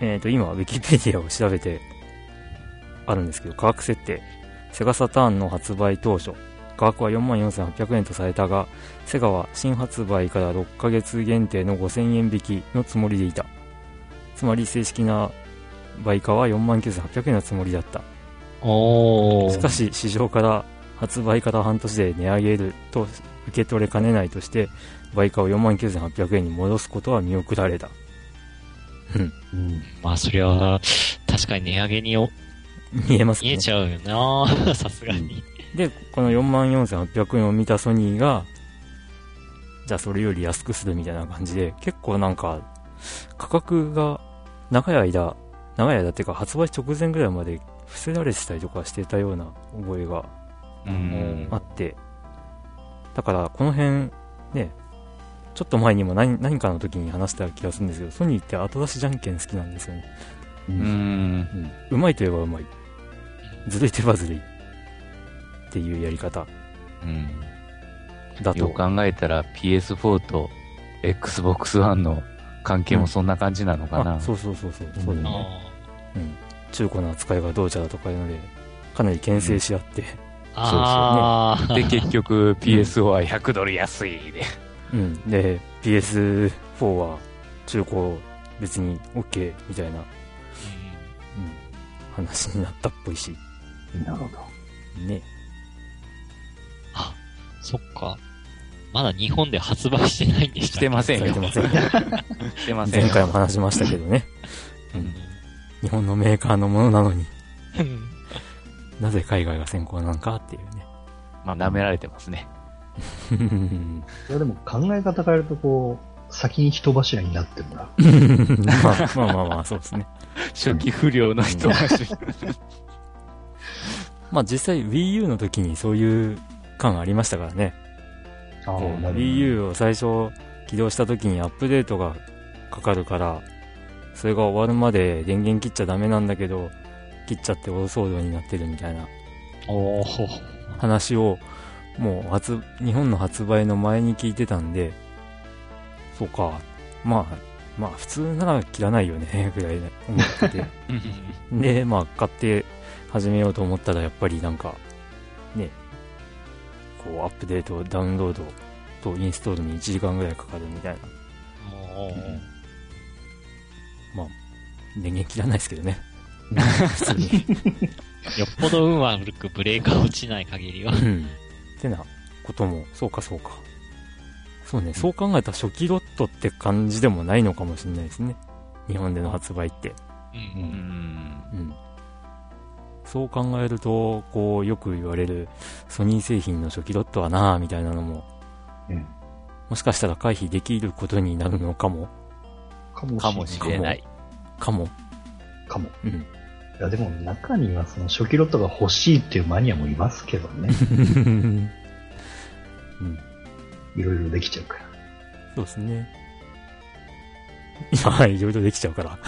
えっ、と、今、ウィキペディアを調べてあるんですけど、価格設定。セガサターンの発売当初、価格は44,800円とされたが、セガは新発売から6ヶ月限定の5,000円引きのつもりでいた。つまり正式な売価は49,800円のつもりだった。
お
し
ー
かし市場から発売から半年で値上げると受け取れかねないとして売価を49,800円に戻すことは見送られたうん
うん。
まあ、そりゃ、確かに値上げにお
見えます
見
ね
え。ちゃうよ なさすがに。
で、この44,800円を見たソニーが、じゃあそれより安くするみたいな感じで、結構なんか、価格が長い間、長い間っていうか発売直前ぐらいまで伏せられてたりとかしてたような覚えが
うん
あって、だからこの辺、ね、ちょっと前にも何何かの時に話した気がするんですけど、ソニーって後出しじゃんけん好きなんですよね。
うん。
うまいといえばうまい。ずるいといえばずるい。っていうやり方
うん。
だと。
よく考えたら PS4 と Xbox One の関係もそんな感じなのかな。
あそうそうそうそう。そうだ
あ
ね。うん。中古の扱いがどうじゃだとかいうので、かなり牽制し合って、
あああ、
で、結局 PS4 は100ドル安い で。
うん。で、PS4 は中古別に OK みたいな、うん、話になったっぽいし。
なるほど。
ね。
うんそっか。まだ日本で発売してないんでした
してません
され
よ
て。ません。
してません
前
よ。
回も話しましたけどね。日本のメーカーのものなのに、
うん
なぜ海外が先行なんかっていう
まあ、舐められてますね。
ね。
いやでも考え方変えると、こう、先に人柱になってもらう。
まあまあまあまあ、そうですね。
初期不良の人が主人
まあ実際 Wii U の時にそういう感ありましたからね。
あ
こう
なるほど
Wii U を最初起動した時にアップデートがかかるから、それが終わるまで電源切っちゃダメなんだけど、切っちゃって大騒動になってるみたいな
おー
話を、もう発、日本の発売の前に聞いてたんで、そうか、まあ、まあ普通なら切らないよね、 ぐらいで思ってて。で、まあ、買って始めようと思ったら、やっぱりなんか、ね、こう、アップデート、ダウンロードとインストールに1時間ぐらいかかるみたいな。
もう、
電源切らないですけどね。普通に。
よっぽど運悪くブレーカーが落ちない限りは。
うん。ってなことも、そうかそうか。そうね、そう考えたら初期ロットって感じでもないのかもしれないですね。日本での発売って。
うん
う。ん
うん。そう考えると、こう、よく言われる、ソニー製品の初期ロットはなぁ、みたいなのも、
うん
もしかしたら回避できることになるのかも、
かも
かもしれない。
かも。
かも。
うん。
いや、でも中にはその初期ロットが欲しいっていうマニアもいますけどね。
うん
いろいろできちゃうから。
そうですね。 いや、はい、いろいろできちゃうから。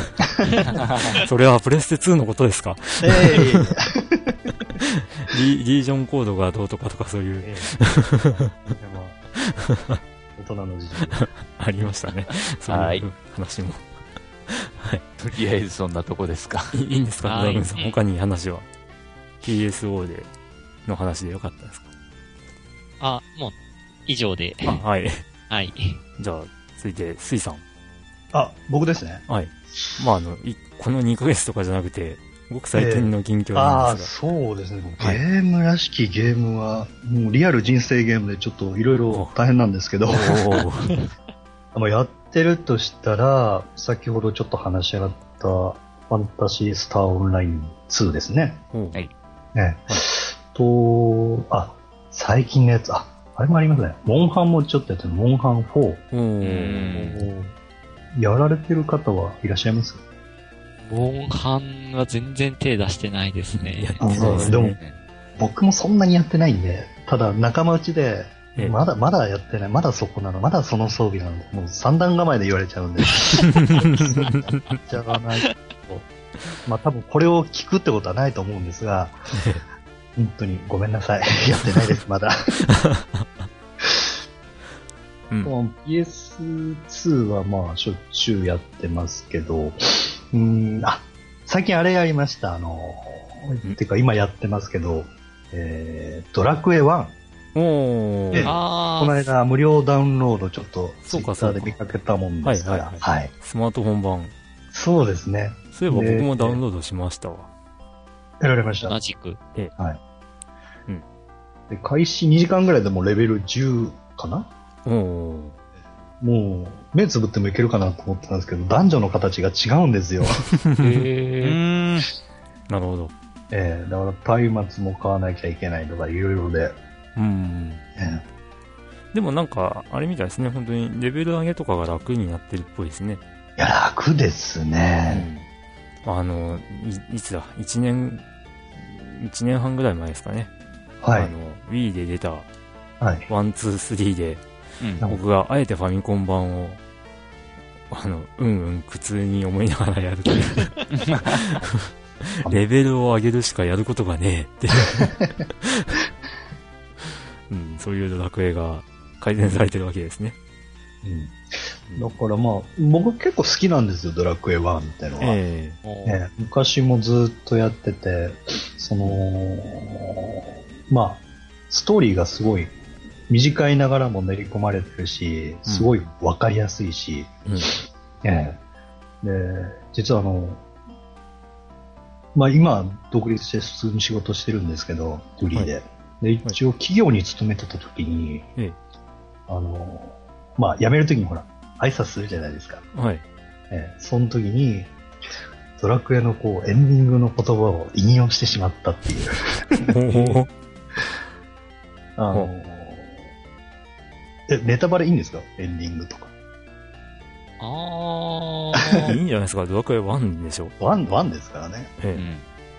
それはプレステ2のことですか
え
リリージョンコードがどうとかとかそういう、
えまあ大人の事情で
ありましたね。そう
はいいう
話も。
とりあえずそんなとこですか。
いいいんですか
はい
ドラグンさん、他に話は。PSO で、の話でよかったですか
あ、もう、以上で。
あ、はい。
はい。
じゃあ、続いて、スイさん。
あ、僕ですね。
はい。まあ、あの、いこの2ヶ月とかじゃなくて、ごく最近の近況
あ
な
あ、
んです
そうですね。僕
はい
ゲームらしきゲームは、もうリアル人生ゲームでちょっといろいろ大変なんですけど
が。、おおー
まあやってるとしたら、先ほどちょっと話し上がった、ファンタシースターオンライン2ですね。
おう
はい
ねと、あ、最近のやつ、あ、あれもありますね。モンハンもちょっとやってる、モンハン4。
おう
うん
やられてる方はいらっしゃいます
モンハンは全然手出してないです
いや
ね。
ってないです
でも
ね。
僕もそんなにやってないんで、ただ仲間内で
ええ、
まだ、まだやってない、まだそこなの、まだその装備なの、もう三段構えで言われちゃうん で。じゃあないと。まあ多分これを聞くってことはないと思うんですが、本当にごめんなさい。やってないです、まだ。
うん
もう PS2 はまあしょっちゅうやってますけど、うーん、あ、最近あれやりました、あの、
ん
てか今やってますけど、えー、ドラクエ1。
お
ええ
ー
あ
この
ー、
間無料ダウンロードちょっとツ
そ
イ
う
ッ
か
ターで見かけたもんですから、
そ
は
う
い
かスマートフォン版。
そうですね。
そういえば僕もダウンロードしましたわ。
やられました
同。じく。
で開始2時間ぐらいでもうレベル10かな
おお
もう、目つぶってもいけるかなと思ってたんですけど、男女の形が違うん ですよ。
う
へ
ーん。
なるほど。
ええだから、松明も買わなきゃいけないとか、いろいろで。
うん。
え
でもなんか、あれみたいですね。本当にレベル上げとかが楽になってるっぽいですね。
えいや、楽ですね。
あの、いいつだ、1年、1年半ぐらい前ですかね。
は
あ
い。
の、Wii で出た
はい。
1、2、3で、
うん
僕があえてファミコン版を、あの、うんうん苦痛に思いながらやるというレベルを上げるしかやることがねえっていう、うん。そういうドラクエが改善されてるわけですね。
だからまあ、僕結構好きなんですよ、ドラクエ1っていうのは。
え
ーもう
ね、昔もずっとやってて、その、まあ、ストーリーがすごい短いながらも練り込まれてるし、すごいわかりやすいし、
うん
ええで、実はあの、まあ今、独立して普通に仕事してるんですけど、フリーで。で、一応企業に勤めてた時に、
ええ
あの、まあ辞める時にほら、挨拶するじゃないですか。
えはい。
えーその時に、ドラクエのこうエンディングの言葉を引用してしまったっていう。
おお
あのーえ、ネタバレいいんですかエンディングとか。
あ
い
ー
いんじゃないですか、ドラクエ1でしょ。
ワン、ワンですからね。
え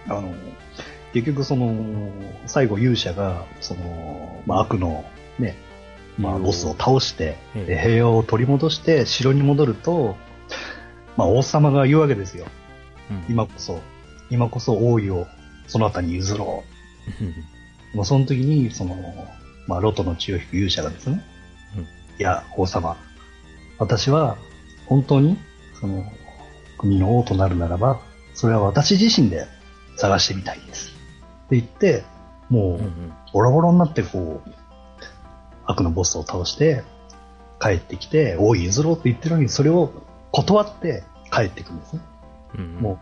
え
うん
あのー結局その、最後勇者が、その、まあ、悪の、ね、まあ、ボスを倒して、
え
で平和を取り戻して城に戻ると、まあ、王様が言うわけですよ。
うん
今こそ、今こそ王位をその他に譲ろう。もうその時に、その、まあ、ロトの血を引く勇者がですね、
うん
いや、王様、私は本当に、その、国の王となるならば、それは私自身で探してみたいです。って言って、も
うんう
う、
ん
ボロボロになって、こう、悪のボスを倒して、帰ってきて、王位譲ろうって言ってるのに、それを断って帰ってくるんですね。
うん
も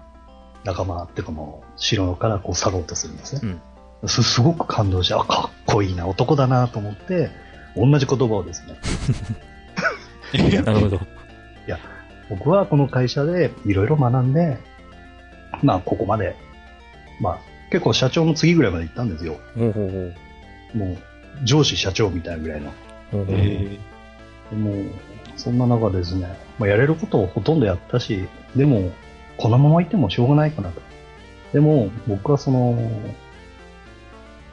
う、仲間っていうかもう、城からこう去ろうとするんですね。
うん
すすごく感動して、あ、かっこいいな、男だなと思って、同じ言葉をですね、
なるほど。
僕はこの会社でいろいろ学んで、まあ、ここまで、まあ、結構社長の次ぐらいまで行ったんですよ。
ほうほうほう
もう、上司社長みたいなぐらいの。
ほうほう。
え
でもう、そんな中ですね、まあ、やれることをほとんどやったし、でも、このままいてもしょうがないかなと。でも、僕はその、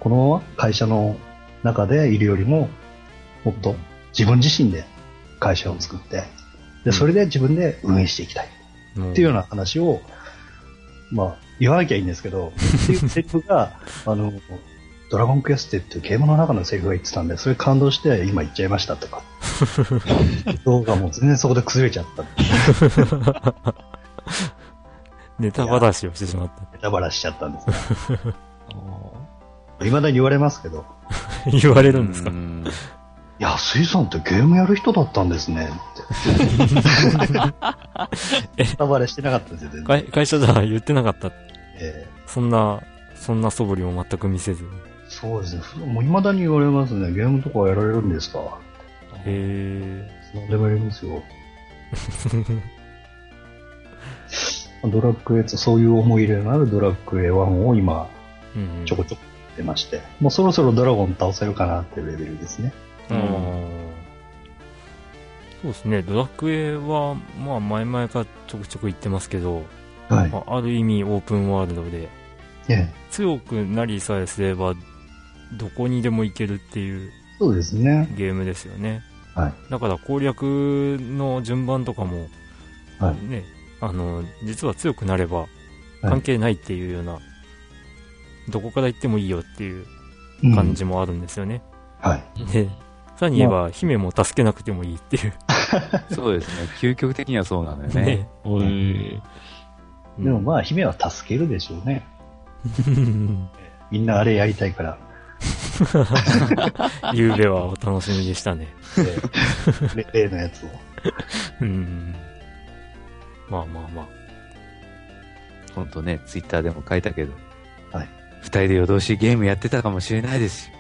このまま会社の中でいるよりも、もっと自分自身で会社を作って、で、それで自分で運営していきたい。
っ
っていうような話を、まあ、言わなきゃいいんですけど、っていうセリフが、あの、ドラゴンクエステっていうゲームの中のセリフが言ってたんで、それ感動して、今言っちゃいましたとか。動画も全然そこで崩れちゃった。ネ
ネタばらしをしてしまっ
タバラしちゃったんですね。
ー
未だに言われますけど、
た。言われるんですか
う。ん
いや、水さんってゲームやる人だったんですね、って。 ネタバレしてなかったんですよ、全然。
会会社では言ってなかった。
え
そんな、そんな素振りを全く見せず。
ーそうですね。もう未だに言われますね。ゲームとかやられるんですか
へ
何でもやりますよ。
ー
ドラクエとそういう思い入れのあるドラクエ1を今
うんうん。
ちょこちょこやってまして、もうそろそろドラゴン倒せるかなっていうレベルですね。
あーそうですね。ドラクエは、まあ前々からちょくちょく言ってますけど、
はい。
まあある意味オープンワールドで、
ええ、
強くなりさえすれば、どこにでも行けるっていう
そうですね。
ゲームですよね。
はい
だから攻略の順番とかも、
はい
ね、あの、実は強くなれば
い
関係ないっていうような、どこから行ってもいいよっていう
うん
感じもあるんですよね。
はい。
で、さらに言えば、姫も助けなくてもいいっていう。
そうですね。究極的にはそうなんだよね。
ね。
おい。
でもま
あ、
あ、姫は助けるでしょうね。みんなあれやりたいから。
ゆうべはお楽しみでしたね。
ええ 例例のやつを。
うん。まあまあまあ。
ほんとね、ツイッターでも書いたけど。
はい。
二人で夜通しゲームやってたかもしれないですよ。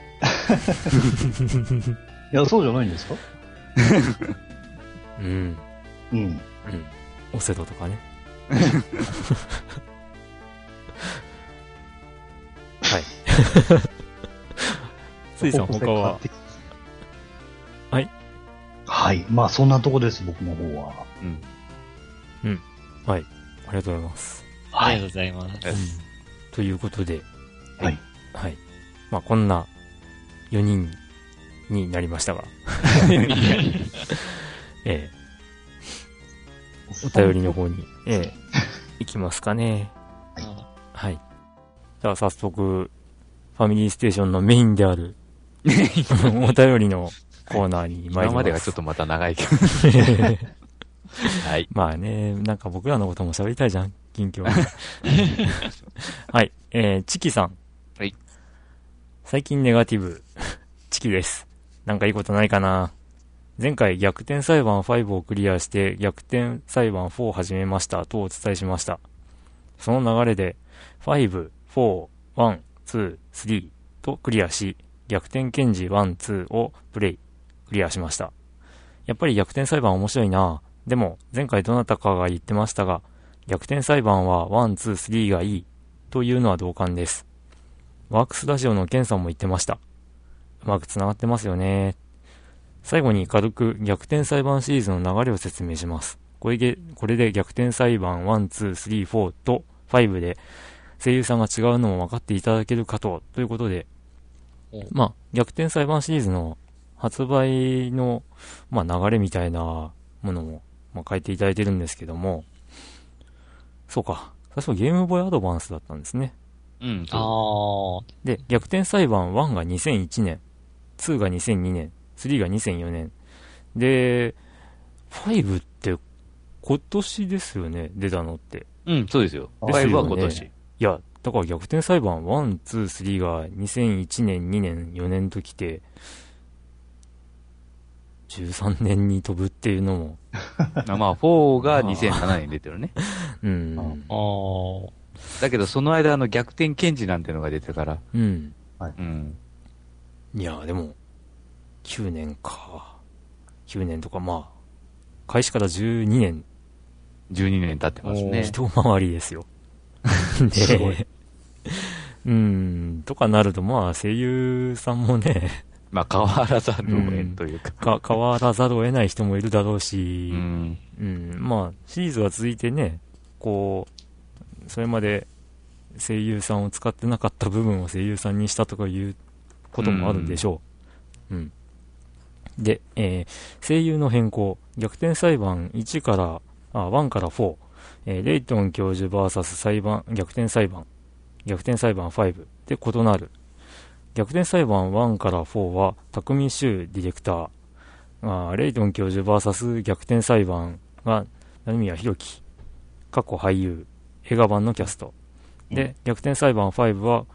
いや、そうじゃないんですか
うん。う
うん。
ん。オセロと かね。 はい。ついさん他は、。はい。
はい。まあ、そんなとこです、僕の方は。
うん。
はい。ありがとうございます。
ありがとうございます。
ということで、
はい。
はい。まあ、こんな4人になりました が、ええお便りの方に、え え行きますかね。はい。じゃあ早速、ファミリーステーションのメインであ る、お便りのコーナーに参ります。
今までがちょっとまた長いけど。はい。
まあね、なんか僕らのことも喋りたいじゃん、近 況。はい、えー、チキさん。
はい。
最近ネガティブ、チキです。なんかいいことないかな前回逆転裁判5をクリアして逆転裁判4を始めましたとお伝えしました。その流れで5、4、1、2、3とクリアし逆転検事1、2をプレイ、クリアしました。やっぱり逆転裁判面白いなでも、前回どなたかが言ってましたが、逆転裁判は1、2、3がいいというのは同感です。ワークスラジオのケンさんも言ってました。うまく繋がってますよね。最後に軽く逆転裁判シリーズの流れを説明します。これでこれで逆転裁判1、2、3、4と5で声優さんが違うのも分かっていただけるかと、ということで
お、
まあ、逆転裁判シリーズの発売の、まあ、流れみたいなものもまあ、書いていただいてるんですけども、そうか。最初ゲームボーイアドバンスだったんですね。
うん。
ああ、
で、逆転裁判1が2001年、2が2002年、3が2004年。で、5って今年ですよね、出たのって。
うん、そうですよ。
あ
5は今
ですよ
年。
いや、だから逆転裁判1、2、3が2001年、2年、4年と来て、13年に飛ぶっていうのも、
あまあ、4が2007年に出てるね。
うん。
あー
だけど、その間、あの、逆転検事なんてのが出てから。
うん。
うん。
いや、でも、9年か。9年とか、まあ、開始から12年、
12年経ってますね。
一回りですよ。
すごい
うん、とかなると、まあ、声優さんもね、
まあ、変わらざるを得んというか。
か、変わらざるを得ない人もいるだろうし
う、ん。
うん、まあ、シリーズが続いてね、こう、それまで声優さんを使ってなかった部分を声優さんにしたとかいうこともあるんでしょう。うん。で、えー声優の変更、逆転裁判1から、あ、1から4、えーレイトン教授 VS 裁判、逆転裁判、逆転裁判5で異なる。逆転裁判1から4は、匠修ディレクター、あーレイトン教授 VS 逆転裁判が、成宮博樹、過去俳優、映画版のキャスト。で、
うん
逆転裁判5は、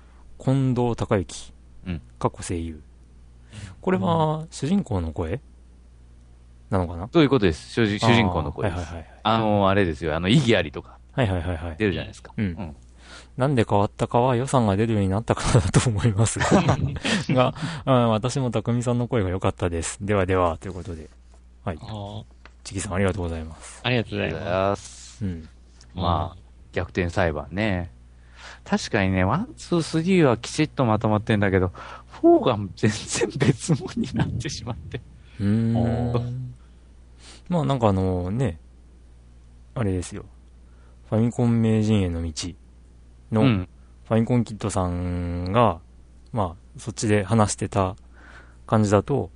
近藤隆之、
うん
過去声優。これは、主人公の声なのかな
そういうことです。主人主人公の声
あ
で
ーは
す
い。はい
あの、あれですよ。あの、意義ありとか
はい。はいはいはいはい。
出るじゃないですか。
うん
ん。
なんで変わったかは予算が出るようになったからだと思い ますがが、あ私も匠さんの声が良かったです。ではでは、ということで。はい
あ。ー、
チキさんありがとうございます。
ありがとう
あり
ござい
がとうご
ま
ざいます。
うん。
す。
まあ、逆転裁判ね。確かにね、ワン、ツー、スリーはきちっとまとまってんだけど、フォーが全然別物になってしまって。
うーん。 まあなんかあのね、あれですよ。ファミコン名人への道の、
うん。
ファミコンキッドさんが、まあそっちで話してた感じだと、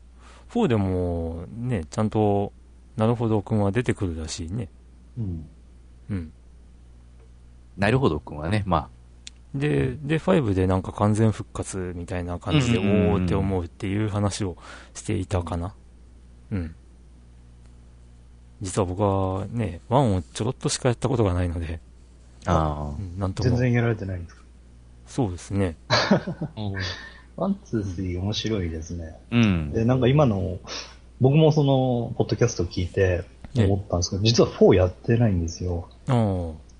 4でもね、ちゃんと、なるほどくんは出てくるらしいね。
うん。
うん。
なるほどくんはね、ま
で、で、5でなんか完全復活みたいな感じで、
うんうんうん
おーって思うっていう話をしていたかな。うん。実は僕はね、1をちょろっとしかやったことがないので、
あ、ああ
うんなんと
全
も。
然やられてないんですか
そうですね。
うん
ワン、ツー、スリー面白いですね。
うん。
で、なんか今の、僕もその、ポッドキャスト聞いて思ったんですけど、実は4やってないんですよ。
ああ、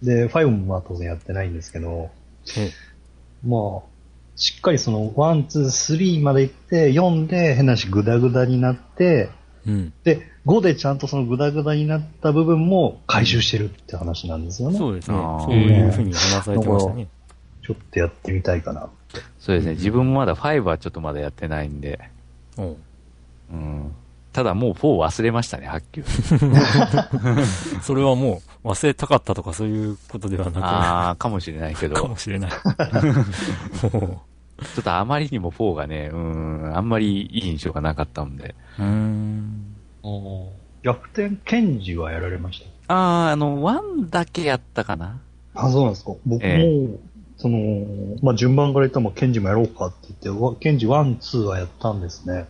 で、5もまあ当然やってないんですけど、
ええ
まあ、しっかりその、ワン、ツー、スリーまで行って、読んで、変なし、グダグダになって、
うん。
で、5でちゃんとそのグダグダになった部分も回収してるって話なんですよね。
そうですね
あー。
そういうふうに話されてましたね。
ちょっとやってみたいかな。
そうですね。自分もまだ5はちょっとまだやってないんで。
おう
うん。ただもう4忘れましたね、はっきり言って。
それはもう忘れたかったとかそういうことではな
あー、かもしれないけ
く、
ど。ち
か
ょ
もしれ ない。も
っとあまりにも4がね、うん、あんまりいい印象がなかったんで。
う。うーん。
おー
逆転検事はやられました
あー、あの、1だけやったかな。
あ、そうなんですか。僕も、
え
その、まあ、順番から言ったら、まあ、ケンジもやろうかって言ってわ、ケンジ1、2はやったんですね。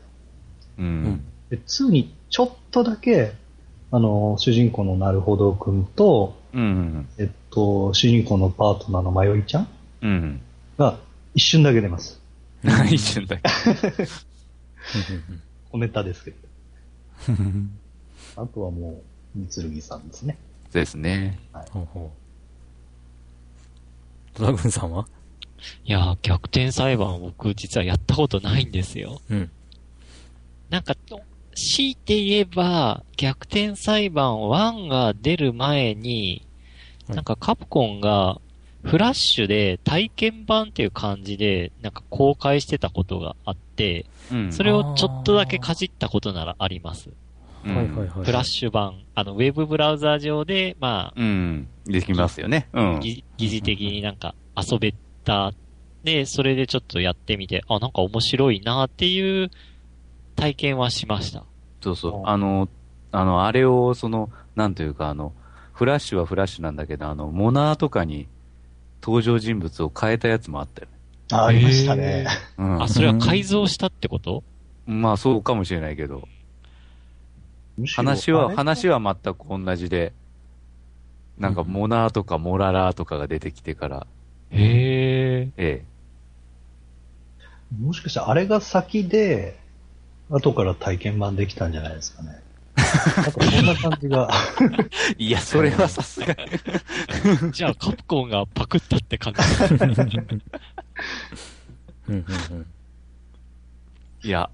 うん。
で、2にちょっとだけ、あの、主人公のなるほどくんと、
うん。
えっと、主人公のパートナーのまよいちゃん
うん。
が一瞬だけ出ます。
一瞬だけ。
小ネタですけど。
ふふふ
あとはもう、三剣さんですね。
そうですね。
ほうほう。ドラグンさんはい
やー、逆転裁判僕実はやったことないんですよ。
うん。
なんか、と強いて言えば、逆転裁判1が出る前に、
はい
なんかカプコンがフラッシュで体験版っていう感じで、なんか公開してたことがあって、
うん。
それをちょっとだけかじったことならあります。
うん
はいはいはい。
フラッシュ版。あの、ウェブブラウザー上で、まあ、
うん。できますよね。うん。
疑疑似的になんか遊べた。で、それでちょっとやってみて、あ、なんか面白いなっていう体験はしました。
そうそう。あの、あの、あれを、その、なんというか、あの、フラッシュはフラッシュなんだけど、あの、モナーとかに登場人物を変えたやつもあったよね。
あ、ありましたね。
うん
あ、それは改造したってこと
まあ、そうかもしれないけど、
むしろ
話
あ
は、
れ
話は全く同じで、なんか、モナーとかモララーとかが出てきてから、
へえ。
え
もしかしたらあれが先で、後から体験版できたんじゃないです かね。なんかそんな感じが。
え。いや、それはさすがに。
じゃあ、カプコンがパクったって感じ。
うんうんうん。
いや、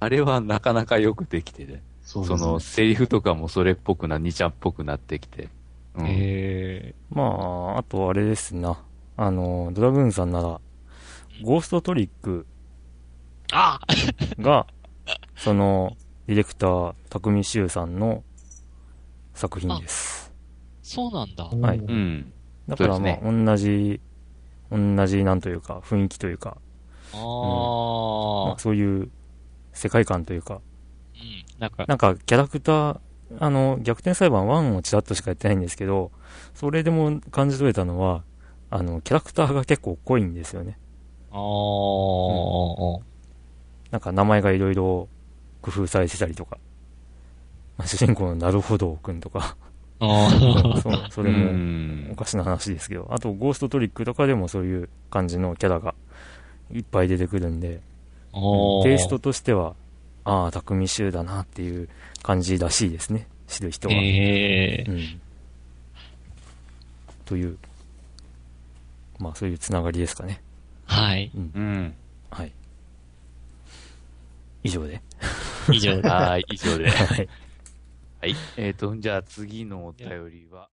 あれはなかなかよくできてて、
そう
そ
ですね
の、。セリフとかもそれっぽくな、ニちゃんっぽくなってきて。うん
へえ。
まあ、あとあれですな。あの、ドラグーンさんなら、ゴーストトリック
あ
が、その、ディレクター、匠修さんの作品です。
そうなんだ。
はいう
うんん。
だから
そう
まあ、
です
同じ、同じなんというか、雰囲気というか、
あ
ま
あ
あ、。そういう世界観というか、
うん。なんか、
なんかキャラクター、あの、逆転裁判1をちらっとしかやってないんですけど、それでも感じ取れたのは、あの、キャラクターが結構濃いんですよね。
ああ。
なんか名前がいろいろ工夫されてたりとか、まあ、主人公のなるほどくんとか、
ああ。
そうそうれも、
ん
おかしな話ですけど、あとゴーストトリックとかでもそういう感じのキャラがいっぱい出てくるんで、テイストとしては、ああ、匠衆だなっていう感じらしいですね、知る人は。
へえ
う。ん。という、まあそういうつながりですかね。
はい。
うん。
はい。以上で。
以上です。
はい、以上で。
はい。
はい。えっ、と、じゃあ次のお便りは。